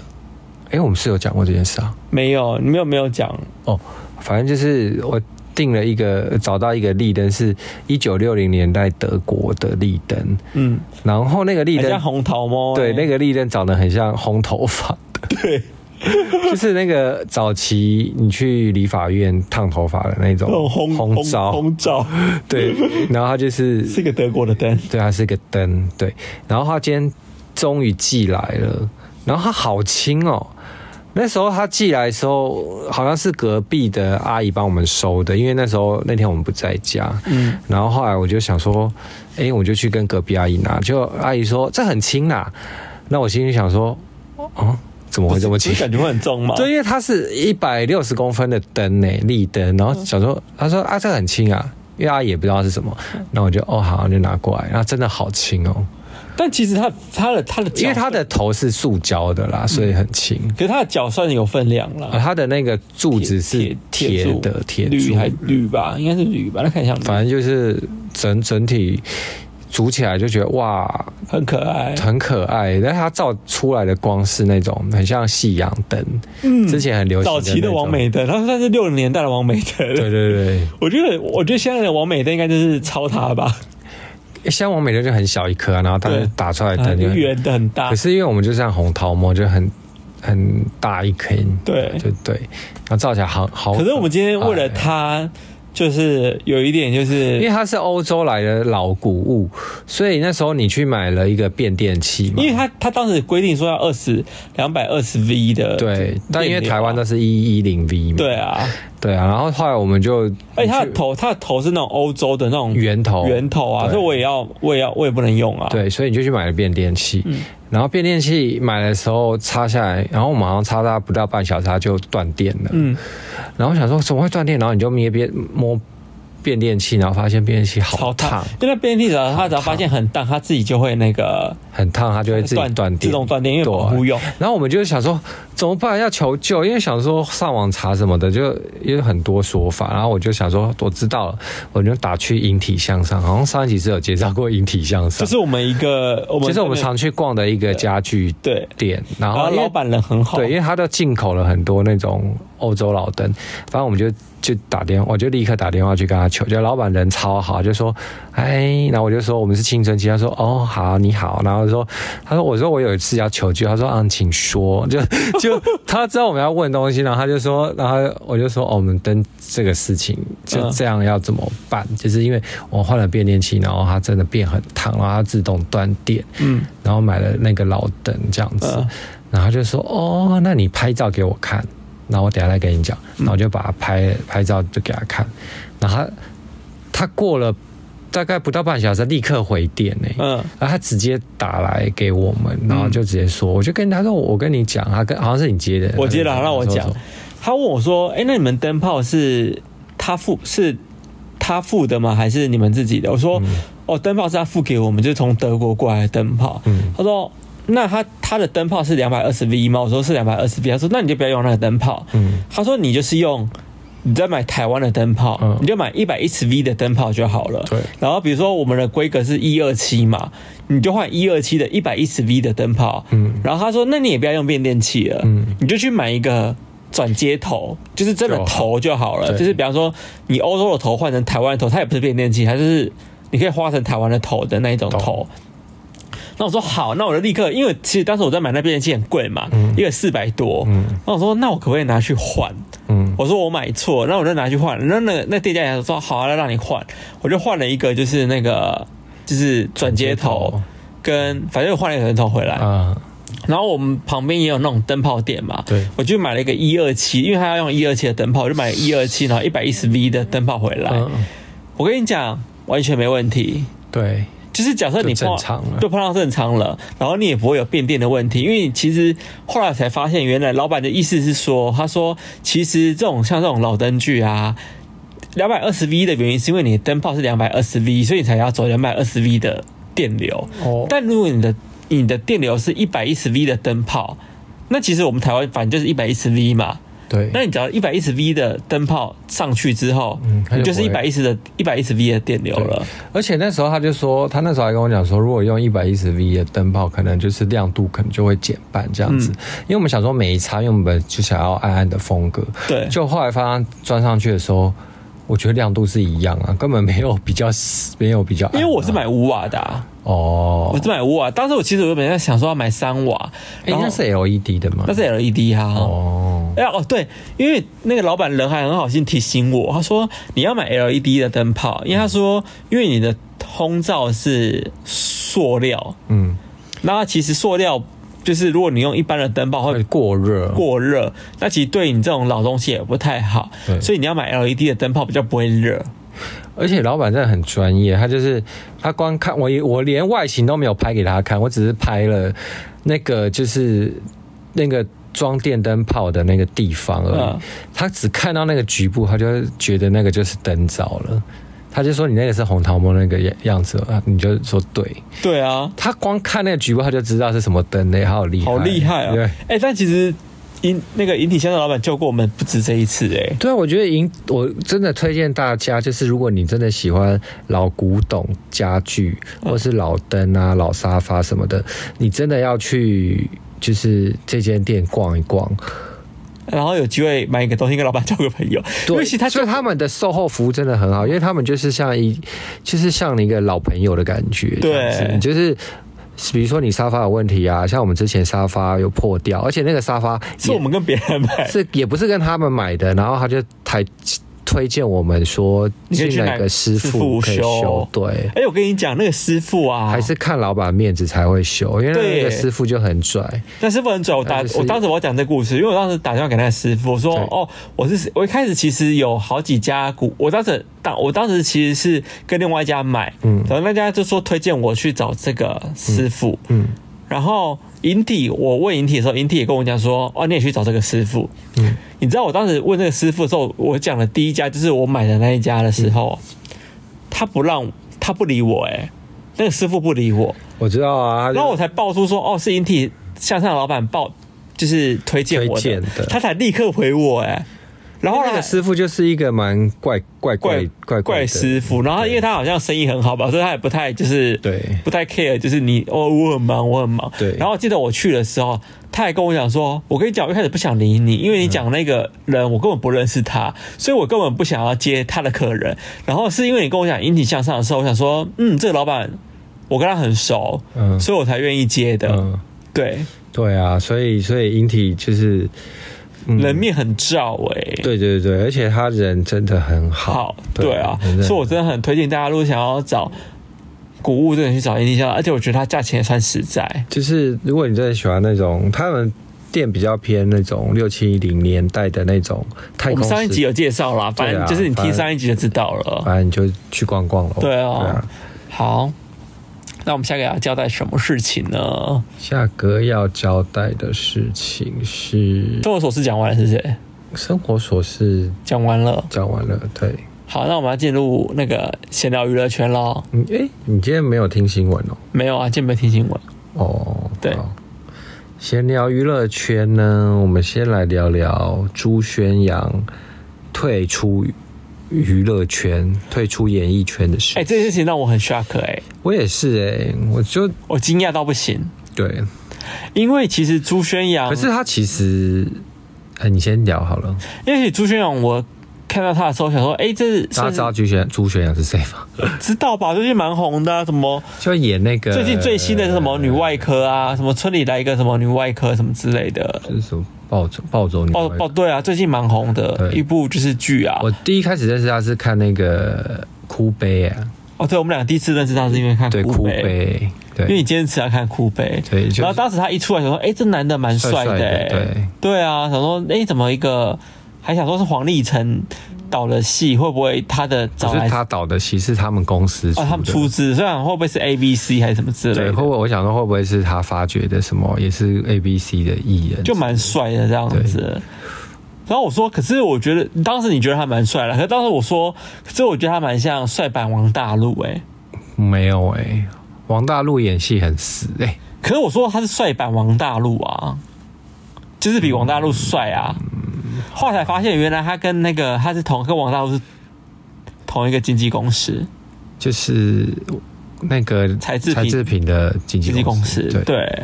哎、我们是有讲过这件事啊？没有，你没有没有讲，哦，反正就是我定了一个找到一个立灯，是一九六零年代德国的立灯，嗯，然后那个立很灯像红桃猫、对，那个个立灯长得很像红头发 的，对， 就是那个早期你去理发院烫头发的那种那种红红红烧，红罩， 对，然后它就是是个德 国的灯，对，它是个灯，对，然后它今天终于寄来了，然后它好轻哦。那时候它寄来的时候，好像是隔壁的阿姨帮我们收的，因为那时候那天我们不在家。嗯，然后后来我就想说，哎、我就去跟隔壁阿姨拿，就阿姨说这很轻啦。那我心里想说，哦，怎么会这么轻你？感觉会很重吗？对，因为它是一百六十公分的灯呢，立灯。然后想说，他说啊，这个很轻啊，因为阿姨也不知道是什么。嗯然后我就哦好，就拿过来，然后真的好轻哦，但其实它它的它的脚，因为它的头是塑胶的啦，所以很轻。可是它的脚算有分量啊，啦，它的那个柱子是铁柱的铁铝柱，还铝吧，应该是铝吧，那看起来像铝反正就是整整体组起来就觉得哇，很可爱，很可爱，但它照出来的光是那种很像夕阳灯，嗯，之前很流行早期的那种王，美灯，它算是六零年代的王美对对灯。对， 我觉得，我觉得现在的王美灯应该就是抄它吧，诶像王美灯就很小一颗、啊，然后它对打出来的它灯就很，圆啊的很大可，是因为我们就像红桃木就很很大一颗，对对对，然后照起来好好，哎啊可是我们今天为了它，就是有一点就哎因为是，它是欧洲来的老古物，所以那时候你去买了一个变电器嘛因，为它它当时规定说要二十两百二十 V 的，啊对，但因为台湾都是一一零 V 嘛，对啊，对啊，然后后来我们就而且它去的头它的头是那种欧洲的那种圆头圆头啊，对所以我也要我也要我也不能用啊，，对，所以你就去买了变电器，嗯然后变电器买的时候插下来，然后我们好像插它不到半小时它就断电了，嗯，然后我想说怎么会断电，然后你就捏变摸变电器，然后发现变电器好超烫烫，，因为那便利店它只要发现很烫，它自己就会那个很烫，它就会自己断电，自动断电，因为对保护 用。然后我们就想说怎么办，要求救，因为想说上网查什么的，就有很多说法。然后我就想说，我知道了，我就打去引体向上，好像上一集是有介绍过引体向这上，是我们一个我们就是我们常去逛的一个家具对，店，然然后后因为老板人很好，对，因为他都进口了很多那种欧洲老灯，反正我们就就打电话，我就立刻打电话去跟他求，就老板人超好，就说，哎，然后我就说我们是青春期，他说哦好你好，然后就说他说我说我有一次要求救，他说啊请说，就 就他知道我们要问东西，然后他就说，然后我就说哦我们灯这个事情就嗯这样要怎么办，就是因为我换了变电器，然后它真的变很烫，然后它自动断电，嗯，然后买了那个老灯这样子，嗯然后他就说哦，那你拍照给我看，然后我等一下再跟你讲，嗯然后我就把他拍拍照就给他看，然后他他过了大概不到半小时，立刻回电呢、嗯，然后他直接打来给我们，然后就直接说，我就跟他说，我跟你讲，他跟好像是你接的，我接了，他好就让我说讲。他问我说：“哎、那你们灯泡是他付是他付的吗？还是你们自己的？”我嗯说：“哦，灯泡是他付给我们，就是从德国过来的灯泡。嗯他说：“那他他的灯泡是两百二十 V 吗？”我说：“是两百二十 V。”他说：“那你就不要用那个灯泡。嗯他说：“你就是用。”你再买台湾的灯泡，嗯你就买一百一十 V 的灯泡就好了。对然后比如说我们的规格是一二七嘛，你就换一二七的一百一十 V 的灯泡。嗯然后他说：“那你也不要用变电器了，嗯你就去买一个转接头，就是真的就好头就好了。对就是比方说，你欧洲的头换成台湾的头，它也不是变电器，它就是你可以画成台湾的头的那一种头懂。”那我说好，那我就立刻，因为其实当时我在买那变电器很贵嘛，一个四百多。嗯那我说，那我可不可以拿去换？嗯我说我买错，那我就拿去换。那那那店家也说好、啊，那让你换，我就换了一个，就是那个就是转接头，跟反正我换了一个人头回来。啊，然后我们旁边也有那种灯泡店嘛，对我就买了一个一二七，因为他要用一二七的灯泡，我就买一二七，然后一百一十 V 的灯泡回来。嗯我跟你讲，完全没问题。对，就是假设你就碰正常了就碰到正常了，然后你也不会有变电的问题，因为其实后来才发现，原来老板的意思是说，他说其实这种像这种老灯具啊，两百二十 V 的原因是因为你的灯泡是两百二十 V，所以你才要走两百二十 V 的电流。哦但如果你的你的电流是一百一十 V 的灯泡，那其实我们台湾反正就是一百一十 V 嘛，对，那你只要一百一十 V 的灯泡上去之后，嗯它就你就是一不百会一十的一百一十 V 的电流了。而且那时候他就说，他那时候还跟我讲说，如果用一百一十 V 的灯泡，可能就是亮度可能就会减半这样子。嗯因为我们想说每一插，因为我们就想要暗暗的风格。对就后来发现装上去的时候，我觉得亮度是一样啊，根本没有比较，没有比较暗啊、因为我是买五瓦的、啊，哦，我是买五瓦。当时我其实我本来想说要买三瓦，哎、然后那是 LED 的吗？那是 LED 哈、哦，哎、哦对，因为那个老板人还很好心提醒我，他说你要买 LED 的灯泡，因为他说因为你的烘罩是塑料，嗯，那其实塑料就是如果你用一般的灯泡会会过热，哦过热，那其实对你这种老东西也不太好对，所以你要买 LED 的灯泡比较不会热。而且老板真的很专业，他就是他光看我，我连外形都没有拍给他看，我只是拍了那个就是那个装电灯泡的那个地方而已。嗯他只看到那个局部，他就觉得那个就是灯罩了。他就说你那个是红桃木那个样样子啊，你就说对。对啊，他光看那个局部，他就知道是什么灯嘞，好厉害，好厉害啊！对哎、但其实引那个引体向上老板救过我们不止这一次哎、对啊，我觉得银，我真的推荐大家，就是如果你真的喜欢老古董家具，嗯或是老灯啊、老沙发什么的，你真的要去就是这间店逛一逛。然后有机会买一个东西跟老板交个朋友，因为对，其实他所以他们的售后服务真的很好，因为他们就是像一，就是像你一个老朋友的感觉，对这样子你就是。比如说你沙发有问题啊，像我们之前沙发有破掉，而且那个沙发也是我们跟别人买，是也不是跟他们买的，然后他就才推荐我们说你可以进去来一买个师师傅傅可以修修，对。哎、我跟你讲，那个师傅啊，还是看老板面子才会修，因为那个对师傅就很拽。那师傅很拽。我打那就是我当时我要讲这故事，因为我当时打电话给那个师傅，我说对哦，我是我一开始其实有好几家股，我当时当我当时其实是跟另外一家买，嗯然后那家就说推荐我去找这个师傅，嗯，然后银体我问银体的时候，银体也跟我讲说哦，你也去找这个师傅，嗯，你知道我当时问那个师傅的时候，我讲的第一家就是我买的那一家的时候，嗯他不让他不理我、欸，哎，那个师傅不理我。我知道啊。他就然后我才爆出说，哦，是引体向上的老板报，就是推荐我推的荐的他才立刻回我哎、然后那呢个，师傅就是一个蛮怪怪怪怪怪怪的师傅，然后因为他好像生意很好吧，所以他也不太就是对不太 care，就是你哦，我很忙，我很忙。对然后我记得我去的时候，他还跟我讲说，我跟你讲，我一开始不想理你，因为你讲那个人，我根本不认识他，所以我根本不想要接他的客人。然后是因为你跟我讲引体向上的时候，我想说，嗯，这个老板我跟他很熟，嗯所以我才愿意接的。嗯，对，对啊，所以所以引体就是，嗯人面很照哎、对对对，而且他人真的很好。好，对啊人真，的所以我真的很推荐大家，如果想要找古物，真的去找印尼香，而且我觉得它价钱也算实在。就是如果你真的喜欢那种，他们店比较偏那种六七零年代的那种太我空们时上一集有介绍啦，对啊反正就是你反听正上一集就知道了。反正你就去逛逛喽。对啊，好，那我们下个要交代什么事情呢？下个要交代的事情是生活琐事讲完了，是不是？生活琐事，讲完了。讲完了。对，好，那我们要进入那个闲聊娱乐圈喽。嗯，哎、你今天没有听新闻哦？没有啊，今天没有听新闻。哦，对好。闲聊娱乐圈呢，我们先来聊聊朱宣阳退出娱乐圈、退出演艺圈的事。哎、这件事情让我很 shock 哎、我也是哎、我就我惊讶到不行，对，因为其实朱宣阳可是他其实，哎、你先聊好了。因为朱轩阳，我看到他的时候想说，哎、这大家算知是道朱宣朱宣阳是谁 吗？知道吧？最近蛮红的啊、什么就演那个最近最新的是什么女外科啊，什么村里来一个什么女外科什么之类的。就是什么暴走暴走女哦孩。哦，对啊，最近蛮红的对一部就是剧啊我。第一开始认识他是看那个哭悲啊，哦，对，我们俩第一次认识他是因为看对，哭哭悲，悲，因为对你，坚持要看哭悲。对就是然后当时他一出来，想说，哎，这男的蛮帅的，帅哎的对对啊，想说，哎，怎么一个还想说是黄立成导的戏，会不会他的不找哦是来他导的戏，是他们公司出哦，的。他们出资，虽然会不会是 A B C 还是什么之类对，的会，不会我想说会不会是他发掘的什么，也是 A B C 的艺人？就蛮帅的这样子。然后我说，可是我觉得当时你觉得他蛮帅的，可是当时我说，可是我觉得他蛮像帅版王大陆哎、没有哎、王大陆演戏很死哎、可是我说他是帅版王大陆啊，就是比王大陆帅啊。后来才发现，原来他跟那个他是同跟王大陆是同一个经纪公司，就是那个柴智屏柴智屏的经纪经纪公公司对。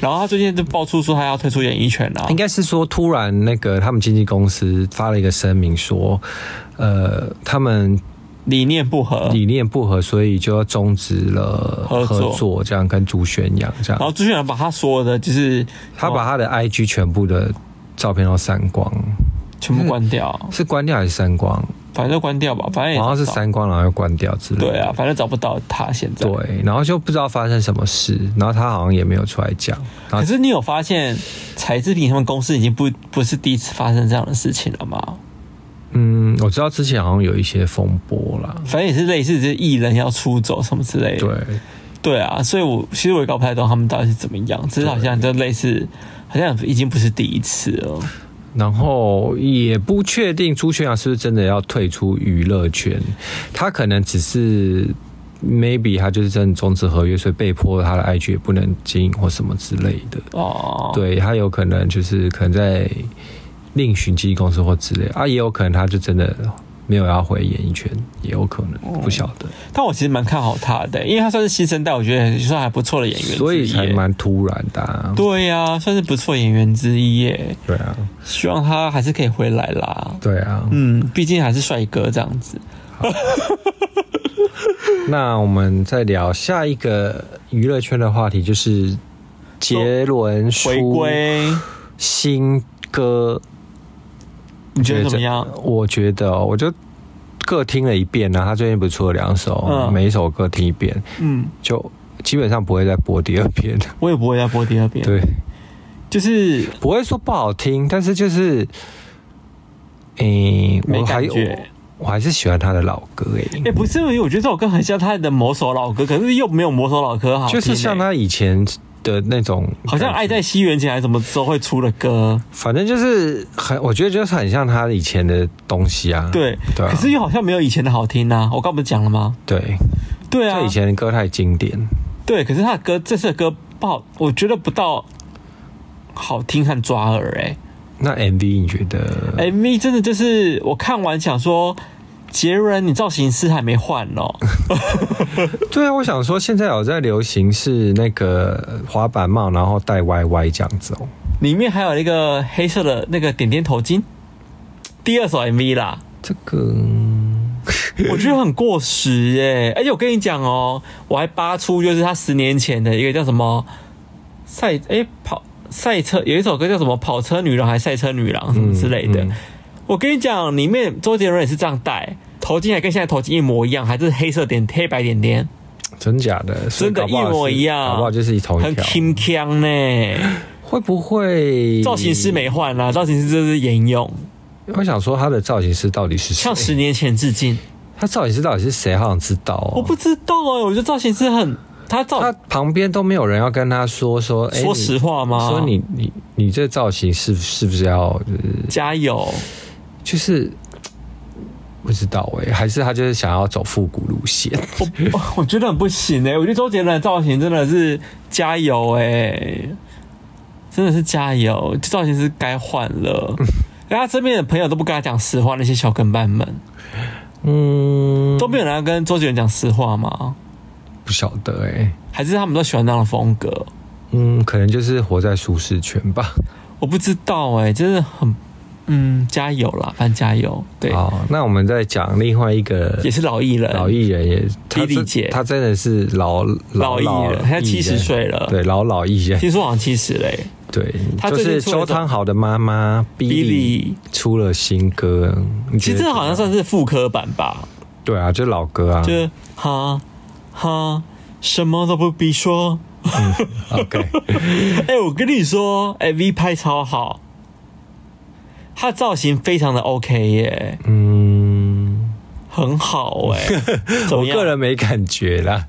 然后他最近就爆出说他要退出演艺圈啊了应，该是说，突然那个他们经纪公司发了一个声明说，呃，他们理念不合。理念不合，所以就要终止了合作作，这样跟朱宣阳这样，然后朱轩然把他所有的就是他把他的 IG 全部的照片都删光，全部关掉，是关掉还是删光？反正就关掉吧，反正也嗯好像是哎找不到删光，然后又关掉之类的。对啊，反正找不到他现在。对，啊然后就不知道发生什么事，然后他好像也没有出来讲，然可后是你有发嗯现柴智屏他们公司已经不不是第一次发生这样的事情了吗？嗯，我知道之前好像有一些风波啦，反正也是类似，就是艺人要出走什么之类的。对，对啊，所以我其实我也搞不太懂他们到底是怎么样，只是好像就类似，好像已经不是第一次了。然后也不确定朱轩阳是不是真的要退出娱乐圈，他可能只是 maybe 他就是真的终止合约，所以被迫他的 IG 也不能经营或什么之类的，哦，，对他有可能就是可能在另寻经纪公司或之类啊，也有可能他就真的没有要回演艺圈，也有可哦能不晓得。但我其实蛮看好他的、因为他算是新生代，我觉得算还不错的演员之一，所以才。蛮突然的、啊。对呀、算是不错演员之一耶，对啊，希望他还是可以回来啦。对啊。嗯，毕竟还是帅哥这样子。那我们再聊下一个娱乐圈的话题，就是杰伦回出归，新歌，你觉得觉得怎么样？我觉得、哦、我就各听了一遍呢、他最近不是出了两首，嗯每一首各听一遍，嗯，就基本上不会再播第二 遍。我也不会再播第二遍。，对，就是不会说不好听，但是就是，诶、没我还感觉我，我还是喜欢他的老歌诶、 也、哎不是，因为我觉得这首歌很像他的某首老歌，可是又没有某首老歌好就听、是像欸，他以前的那种，好像《爱在西元前》还是什么时候会出的歌，反正就是很，我觉得就是很像他以前的东西啊。对，对啊可是又好像没有以前的好听呐、我刚不是讲了吗？对，对啊就，以前的歌太经典，对，可是他的歌这次的歌不好，我觉得不到好听和抓耳哎、那 MV 你觉得？ MV 真的就是我看完想说，杰伦你造型师还没换 哦，对啊，我想说现在有在流行是那个滑板帽，然后戴 YY 这样子哦。里面还有那个黑色的那个点点头巾，第二首 MV 啦。这个嗯 我觉得很过时耶、而且我跟你讲哦、我还扒出就是他十年前的一个叫什么赛诶跑赛车，有一首歌叫什么跑车女郎还是赛车女郎什么之类的。嗯嗯我跟你讲，里面周杰伦也是这样戴。头巾还跟现在头巾一模一样，还是黑色点黑白点点，真假的，所以真的搞不好是一模一样搞不好就是同一很条。铿锵 呢。会不会造型师？没换啦、造型师就是沿用，我想说他的造型师到底是向十谁？年前致敬。他造型师到底是谁？好想知道哦。我不知道哎、我觉得造型师很他造他旁边都没有人要跟他说说，哎、说你实话吗？说你你你这造型是是不是要呃加油，就是不知道哎、还是他就是想要走复古路线？我我觉得很不 行哎、我觉得周杰伦的造型真的是加油哎、真的是加油，这造型师该换了。然后他身边的朋友都不跟他讲实话，那些小跟班们嗯，都没有人要跟周杰伦讲实话吗？不晓得哎、还是他们都喜欢那样的风格？嗯，可能就是活在舒适圈吧。我不知道哎、真的很嗯，加油啦，反正加油，对，好，那我们再讲另外一个也是老艺人，老艺人也，他莉莉真姐他真的是老老艺人，他艺七十岁了，对，老老艺人，听说好像七十嘞。对，他就最近是出了一周首汤豪的妈妈 Billy Billy，出了新歌，你觉其实得这好像算是复刻版吧，对啊，就老歌啊，就是哈哈，什么都不必说。 OK，哎、我跟你说，MV 拍超好，他造型非常的 OK 耶，嗯，很好 哎。怎我么样？个人没感觉啦。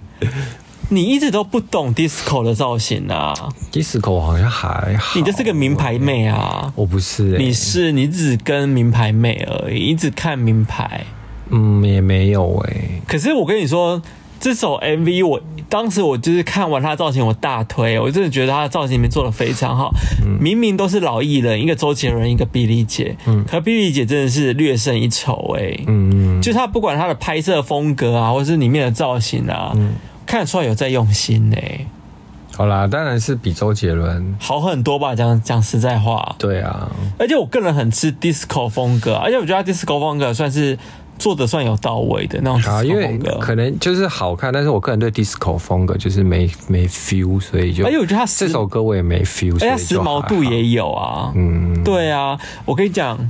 你一直都不懂 disco 的造型啊， disco 好像还好，你就是个名牌妹啊。我不是、欸，你是你只跟名牌妹而已，你只看名牌。嗯也没有哎、可是我跟你说，这首 MV 我当时我就是看完他的造型，我大推，我真的觉得他的造型里面做的非常好。嗯明明都是老艺人，一个周杰伦，一个碧丽姐，可碧丽姐真的是略胜一筹哎、嗯嗯嗯，就他不管他的拍摄风格啊，或是里面的造型啊，嗯看得出来有在用心呢、好啦，当然是比周杰伦。好很多吧。讲讲实在话，对 啊，而且我个人很吃 disco 风格啊，而且我觉得他 disco 风格算是做的算有到位的那种啊，因 disco 为风格。可能就是好看，但是我个人对 disco 风格就是没没 feel，所以就。而且哎我觉得他时这首歌我也没 feel，所而以就且时髦还度好也有啊。嗯，对啊，我跟你讲，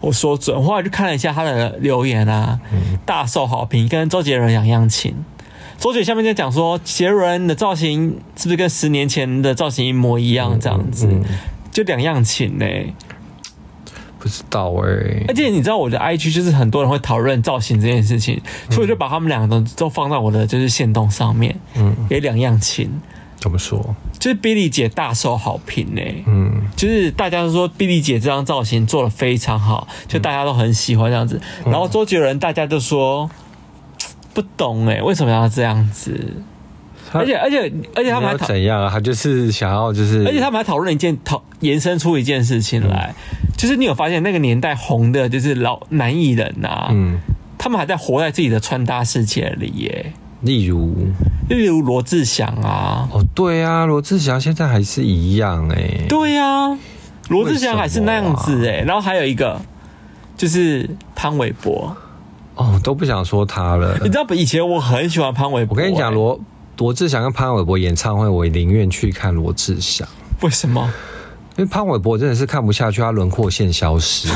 我说准，后来就看了一下他的留言啊，大受好评，跟周杰伦两样情。周杰下面在讲说，杰伦的造型是不是跟十年前的造型一模一样？这样子，就两样情呢、不知道哎、而且你知道我的 IG 就是很多人会讨论造型这件事情，所以我就把他们两个都放到我的就是线动上面，嗯，也两样情。怎么说？就是 Billy 姐大受好评呢、嗯，就是大家都说碧丽姐这张造型做的非常好，嗯就大家都很喜欢这样子。然后周杰伦大家都说嘖不懂哎、为什么要这样子？他而且而且而且他们没还有讨，怎样啊，他就是想要就是，而且他们还讨论一件讨延伸出一件事情来，嗯就是你有发现那个年代红的就是老男艺人呐、嗯，他们还在活在自己的穿搭世界里耶、例如例如罗志祥啊，哦，对啊，罗志祥现在还是一样哎、对呀、罗志祥还是那样为啊子哎、然后还有一个就是潘玮柏。哦，都不想说他 了。你知道不？以前我很喜欢潘玮柏、我跟你讲，欸罗罗志祥跟潘玮柏演唱会，我宁愿去看罗志祥，为什么？因为潘玮柏真的是看不下去，他轮廓线消 失。啊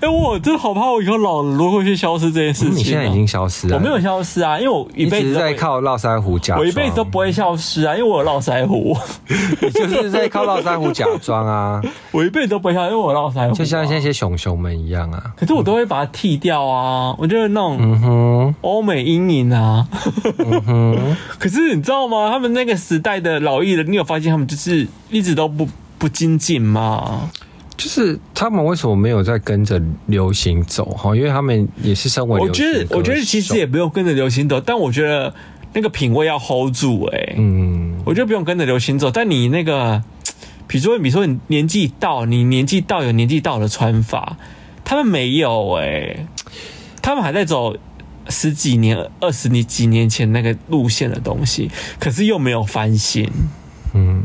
哎、我真的好怕我以后老了如何去消失这件事情、啊。嗯你现在已经消失了，我没有消失啊，因为我一一辈直子在靠，靠络腮胡假装，我一辈子都不会消失啊，因为我有络腮胡， 你就是在靠络腮胡假装啊，我一辈子都不会消失，因为我有络腮胡、啊。就像那些熊熊们一样啊。可是我都会把它剃掉啊，我就是那种嗯哼，欧美阴影啊。嗯哼， 可是你知道吗？他们那个时代的老艺人，你有发现他们就是一直都不不精进吗？就是他们为什么没有在跟着流行走哈？因为他们也是身为我流行觉得，我觉得其实歌也手不用跟着流行走，但我觉得那个品味要 hold 住、哎，嗯，我就不用跟着流行走。但你那个，比如说，比如说你年纪到，你年纪到有年纪到的穿法，他们没有哎、他们还在走十几年、二十年几年前那个路线的东西，可是又没有翻新。嗯，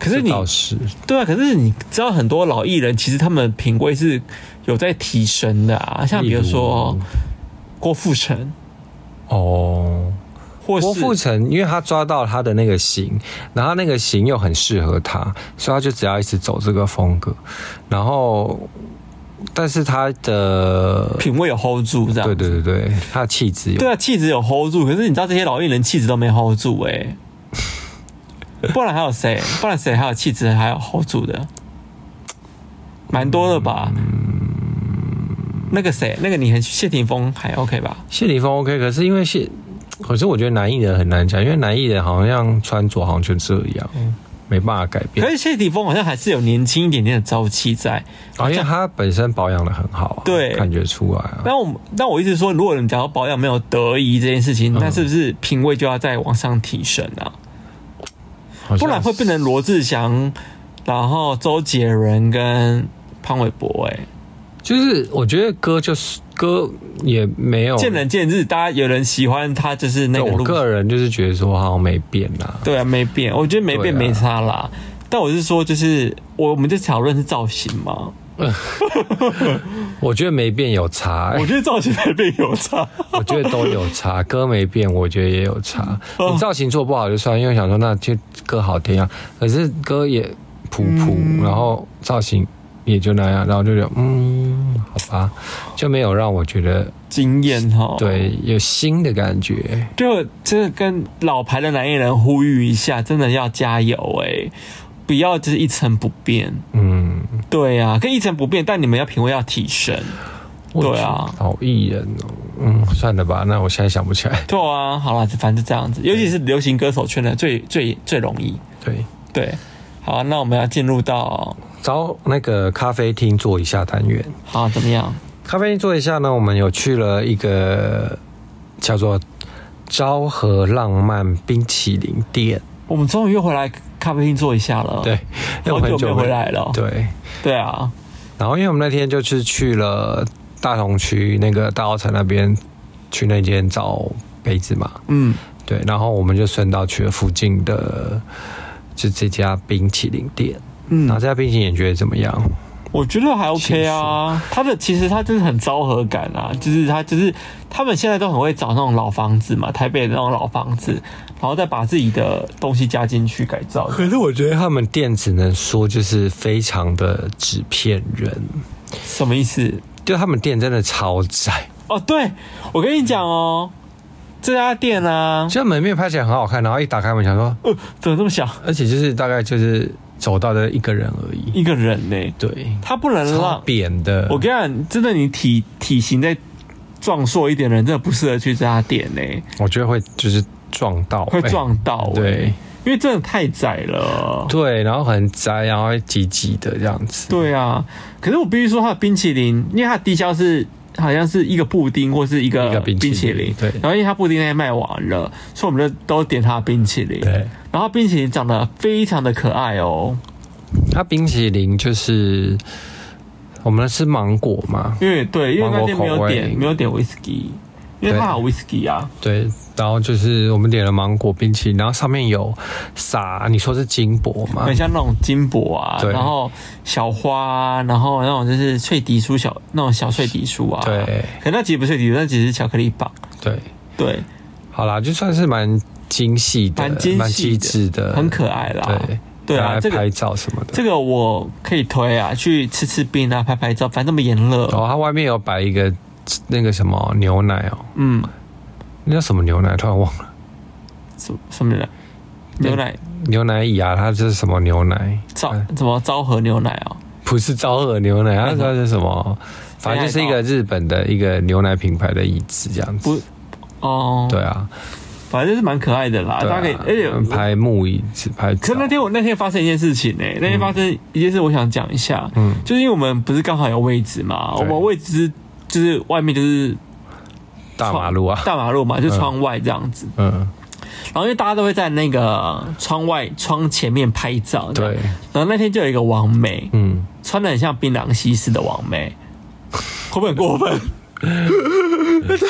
可是这你倒是对啊，可是你知道很多老艺人其实他们的品味是有在提升的啊，像比如说郭富城，哦。或是郭富城，因为他抓到他的那个型，然后那个型又很适合他，所以他就只要一直走这个风格。然后，但是他的品味有 hold 住这样。对对对对，他的气质有对啊，气质有 hold 住，可是你知道这些老艺人气质都没 hold 住哎、 不然还有谁？不然谁还有气质还有 hold 住的？蛮多的吧。嗯那个谁，那个你很谢霆锋还 OK 吧？谢霆锋 OK，可是因为谢，可是我觉得男艺人很难讲，因为男艺人好像穿着好像就这样，没办法改变嗯可。是谢霆锋好像还是有年轻一点点的朝气在。啊，因为他本身保养的很好、啊，对感觉出来啊。那我那我一直说，如果你讲到保养没有得宜这件事嗯情，那是不是品味就要再往上提升啊？好像不然会变成罗志祥，然后周杰伦跟潘玮柏哎、就是我觉得歌就是歌也没有，见仁见智，大家有人喜欢他就是那哦对个我路个人就是觉得说好像没变啊。对啊，没变，我觉得没变对啊没差啦。但我是说，就是我我们在讨论是造型嘛，我觉得没变有差、我觉得造型没变 有差。我觉得哦都有 差，歌没变，我觉得也有差。你造型做不好就算，因为想说那就歌好听啊，可是歌也普普，然后造型也就那样，然后就觉得嗯，好吧，就没有让我觉得惊艳哈，，对有新的感觉。就真的跟老牌的男艺人呼吁一下，真的要加油哎、不要就是一成不变。嗯，对啊，跟一成不变，但你们要品味要提升。我对啊觉得好艺人哦。嗯，算了吧，那我现在想不起来。对啊，好啦，反正就这样子，尤其是流行歌手圈的最最最容易。对，对，好、那我们要进入到找那个咖啡厅做一下单元。啊好怎么样？咖啡厅坐一下呢，我们有去了一个叫做昭和浪漫冰淇淋店。我们终于又回来咖啡厅坐一下了。对，因为我好很久久没回来了对，对啊，然后因为我们那天就是去了大同区那个大澳城那边，去那间找杯子嘛。嗯，对，然后我们就顺道去了附近的，就这家冰淇淋店。嗯然后这家冰淇淋你觉得怎么样？我觉得还 OK 啊。它的其实它真的很昭和感啊，就是它就是他们现在都很会找那种老房子嘛，台北的那种老房子，然后再把自己的东西加进去改造。可是我觉得他们店只能说就是非常的纸片人，什么意思？就他们店真的超窄，哦，对，我跟你讲哦，这家店啊，就门面拍起来很好看，然后一打开门想说，呃，怎么这么小？而且就是大概就是走到的一个人而已，一个人呢、对，他不能超让扁的。我跟你讲，真的，你体体型再壮硕一点的人，真的不适合去这家店呢、我觉得会就是撞到，会撞到、哎欸对，因为真的太窄了。对，然后很窄，然后会挤挤的这样子。对啊，可是我必须说，它的冰淇淋，因为它的低消是好像是一个布丁或是一个一个冰淇淋对然后因为它布丁那天卖完了，所以我们就都点它的冰淇淋。对，然后冰淇淋长得非常的可爱哦，它冰淇淋就是我们是芒果嘛，因为对，因为那天芒果没口有味点没有点 whisky，因为对它有 whisky 啊，对，然后就是我们点了芒果冰淇淋，然后上面有撒，你说是金箔嘛很？像那种金箔啊，对然后小花啊，然后那种就是脆底酥小那种小脆底酥啊，对可那其实不是脆底酥，那只是巧克力棒，对，对，好啦，就算是蛮精细的，蛮精细的蛮细致的，很可爱啦，对对啊拿来这个拍照什么的。这个我可以推啊，去吃吃冰啊，拍拍照，反正这么炎热，然后哦它外面有摆一个那个什么牛奶哦、嗯，那叫什么牛奶？突然忘了，什什么牛奶？牛奶牛奶椅啊，它是什么牛奶？昭哎什么昭和牛奶哦，不是昭和牛奶，它那知个道是什么？哎反正就是一个日本的一个牛奶品牌的椅子这样不子。哦，对，啊，反正是蛮可爱的啦，对大啊家可以，而且我拍木椅子拍可照是。那天我那天发生一件事情呢、那天发生一件事，我想讲一下，嗯就是因为我们不是刚好有位置嘛，对我们位置是就是外面就是大窗马路啊，大马路嘛，就窗外这样子，嗯，然后因为大家都会在那个窗外窗前面拍照，对，，然后那天就有一个王美，嗯，穿的很像槟榔西施的王 美，会不会很过分？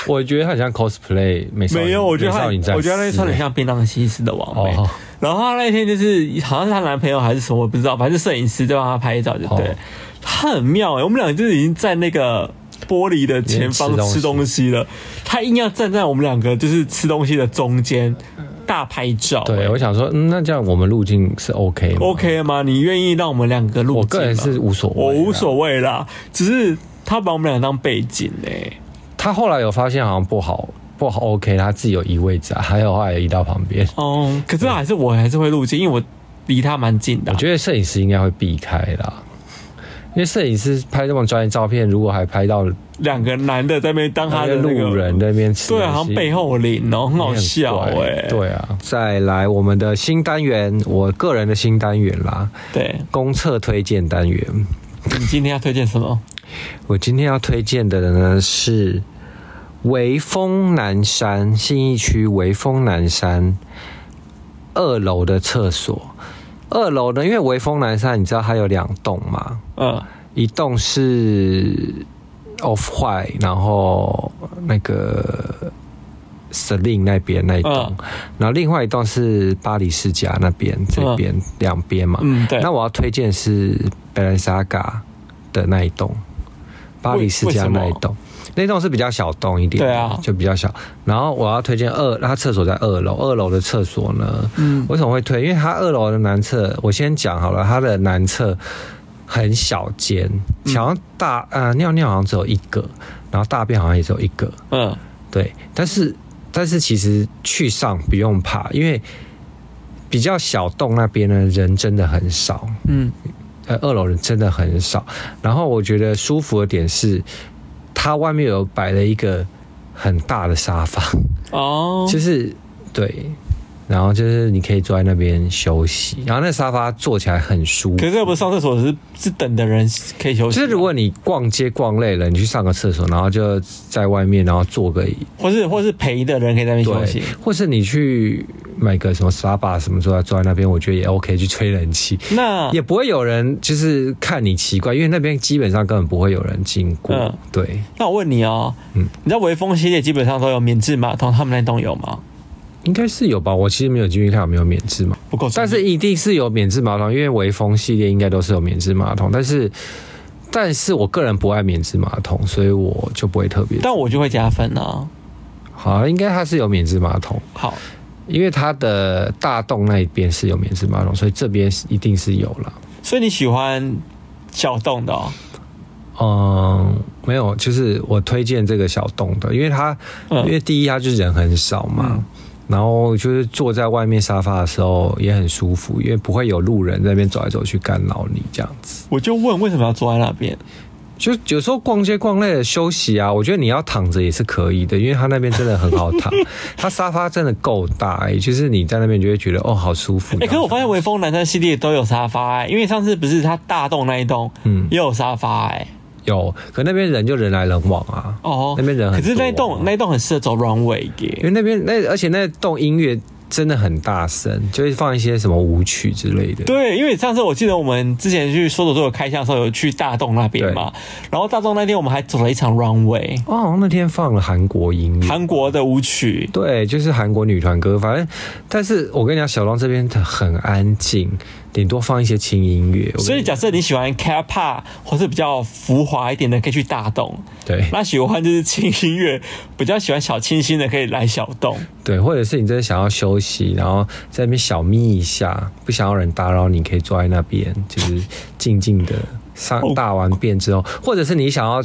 我觉得很像 cosplay 美少女，没有，我觉得美她，少女战士我觉得她那天穿的像槟榔西施的王美。哦然后她那天就是好像是她男朋友还是什么，我不知道，反正摄影师在帮她拍照，就对哦。她、很妙、欸，我们俩就已经在那个玻璃的前方已经吃吃东东西了，她硬要站在我们两个就是吃东西的中间大拍照、欸对，我想说，嗯，那这样我们路径是 OK 吗哎 OK 吗？你愿意让我们两个录？我个人是无所谓，我无。所谓啦，只是她把我们俩当背景哎、他后来有发现好像不好，不好 OK，他自己有移位置啊，还有后来移到旁边。哦，可是还是我还是会入镜，因为我离他蛮近的啊、我觉得摄影师应该会避开啦，因为摄影师拍这么专业照片，如果还拍到两个男的在那边当他那的个那个路人，在那边吃东对西，啊，好像背后领哦，很好笑很怪哎、对啊，再来我们的新单元，我个人的新单元啦，对，公测推荐单元。你今天要推荐什么？我今天要推荐的呢是微风南山信义区微风南山二楼的厕所。二楼呢，因为微风南山你知道它有两栋嘛，嗯，一栋是 Off White，然后那个 Celine 那边那一栋，嗯然后另外一栋是巴黎世家那边这边、两边嘛。嗯 对那我要推荐是 Balenciaga 的那一栋，巴黎世家那一栋。那栋是比较小栋一点，对啊就比较小。然后我要推荐二，它厕所在二楼。二楼的厕所呢，嗯为什么会推？因为它二楼的男厕，我先讲好了，它的男厕很小间，嗯好像大呃尿尿好像只有一个，然后大便好像也只有一个，嗯，对。但是但是其实去上不用怕，因为比较小洞那边呢人真的很少，嗯，呃，二楼人真的很少。然后我觉得舒服的点是，它外面有 摆了一个很大的沙发，哦，就是对。然后就是你可以坐在那边休息，然后那沙发坐起来很舒可服。是又不是上厕所，是是等的人可以休息就吗。是如果你逛街逛累了，你去上个厕所，然后就在外面，然后坐个或是或是陪的人可以在那边休对息。，或是你去买个什么沙发什么坐在坐在那边，我觉得也 OK，去吹冷气，那也不会有人就是看你奇怪，因为那边基本上根本不会有人经过。嗯对，那我问你哦，嗯你知道微风系列基本上都有免治马桶，他们那栋有吗？应该是有吧？我其实没有进去看有没有免治嘛，不够专但业，是一定是有免治马桶，因为微风系列应该都是有免治马桶，但是。但是我个人不爱免治马桶，所以我就不会特别。但我就会加分啊。好，应该它是有免治马桶，好，因为它的大洞那一边是有免治马桶，所以这边是一定是有了。所以你喜欢小洞的哦？嗯，没有，就是我推荐这个小洞的，因为它，嗯因为第一它就是人很少嘛，然后就是坐在外面沙发的时候也很舒服，因为不会有路人在那边走来走去干扰你这样子。我就问为什么要坐在那边？就有时候逛街逛累了休息啊，我觉得你要躺着也是可以的，因为它那边真的很好 躺，它沙发真的够大、欸，就是你在那边就会觉得哦好舒服。哎、可是我发现微风南山系列都有沙发、欸，因为上次不是它大洞那一栋，嗯也有沙发、欸，有，可那边人就人来人往啊。哦，那边人很可是那一多啊栋那一栋很适合走软尾因耶，为那边那而且那栋音乐真的很大声，就会放一些什么舞曲之类的。，对，因为上次我记得我们之前去说走说有开箱的时候，有去大洞那边嘛，然后大洞那天我们还走了一场 runway，哦，好像那天放了韩国音乐。韩国的舞曲，对，就是韩国女团歌，反正，但是我跟你讲，小浪这边很安静，顶多放一些轻音乐。我跟所以你假设你喜欢 K-pop 或是比较浮华一点的，可以去大洞；对那喜欢就是轻音乐，比较喜欢小清新的，可以来小洞。对，或者是你真的想要休息，然后在那边小眯一下，不想要人打扰，你可以坐在那边，就是静静的上哦大完便之后，或者是你想要。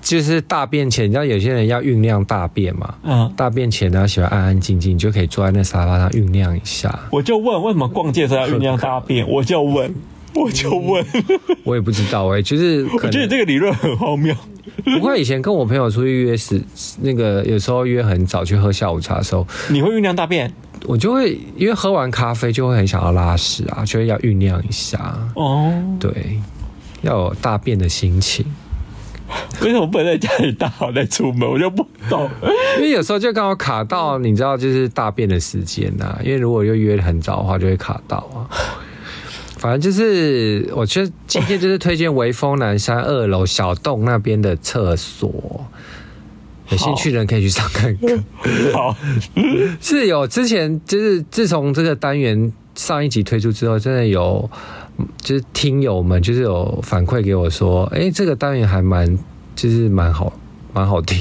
就是大便前，你知道有些人要酝酿大便嘛？嗯，大便前呢，喜欢安安静静，你就可以坐在那沙发上酝酿一下。我就问为什么逛街的时候要酝酿大便，我就问。我就问，我也不知道哎、就是可我觉能得你这个理论很荒谬。 不过以前跟我朋友出去约时，那个有时候约很早去喝下午茶的时候，你会酝酿大便我就会因为喝完咖啡就会很想要拉屎啊，就会要酝酿一下，哦？对，要有大便的心情。为什么不能在家里大好再出门？我就不懂。因为有时候就刚好卡到，你知道，就是大便的时间呐、因为如果又约得很早的话，就会卡到啊。反正就是，我觉得今天就是推荐微风南山二楼小洞那边的厕所，有兴趣的人可以去上看看。好，是有之前就是自从这个单元上一集推出之后，真的有嗯就是听友们就是有反馈给我说，哎、这个单元还蛮就是蛮好蛮好听。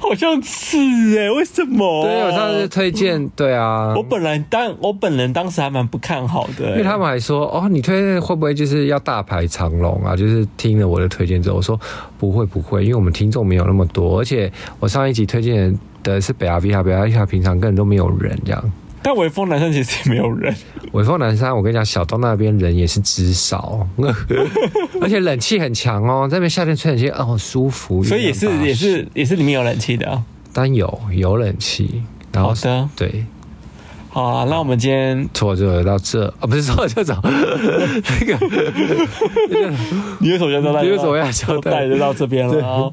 好像是哎、为什么？对，我上次推荐，对啊，我本来当我本人当时还蛮不看好的欸、因为他们还说，哦，你推荐会不会就是要大排长龙啊？就是听了我的推荐之后，我说不会不会，因为我们听众没有那么多，而且我上一集推荐的是北阿维亚，北阿维亚平常根本都没有人这样。欸但微风南山其实也没有人，尾峰南山，我跟你讲，小东那边人也是之 少，而且冷气很强哦，在那边夏天吹冷气，哦，好舒服。所以也是一样大也是也是里面有冷气的啊、但有有冷气，然后好的对，好啊，那我们今天错就到这啊、不是错就 走，那个你有什么要交代？你有什么要交代就到这边了哦。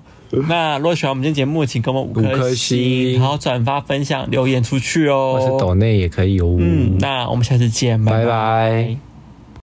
那如果喜欢我们今天节目，请给我们五五颗星然后转发、分享、留言出去或是哦。嗯抖内也可以哦。嗯，那我们下次见，拜拜拜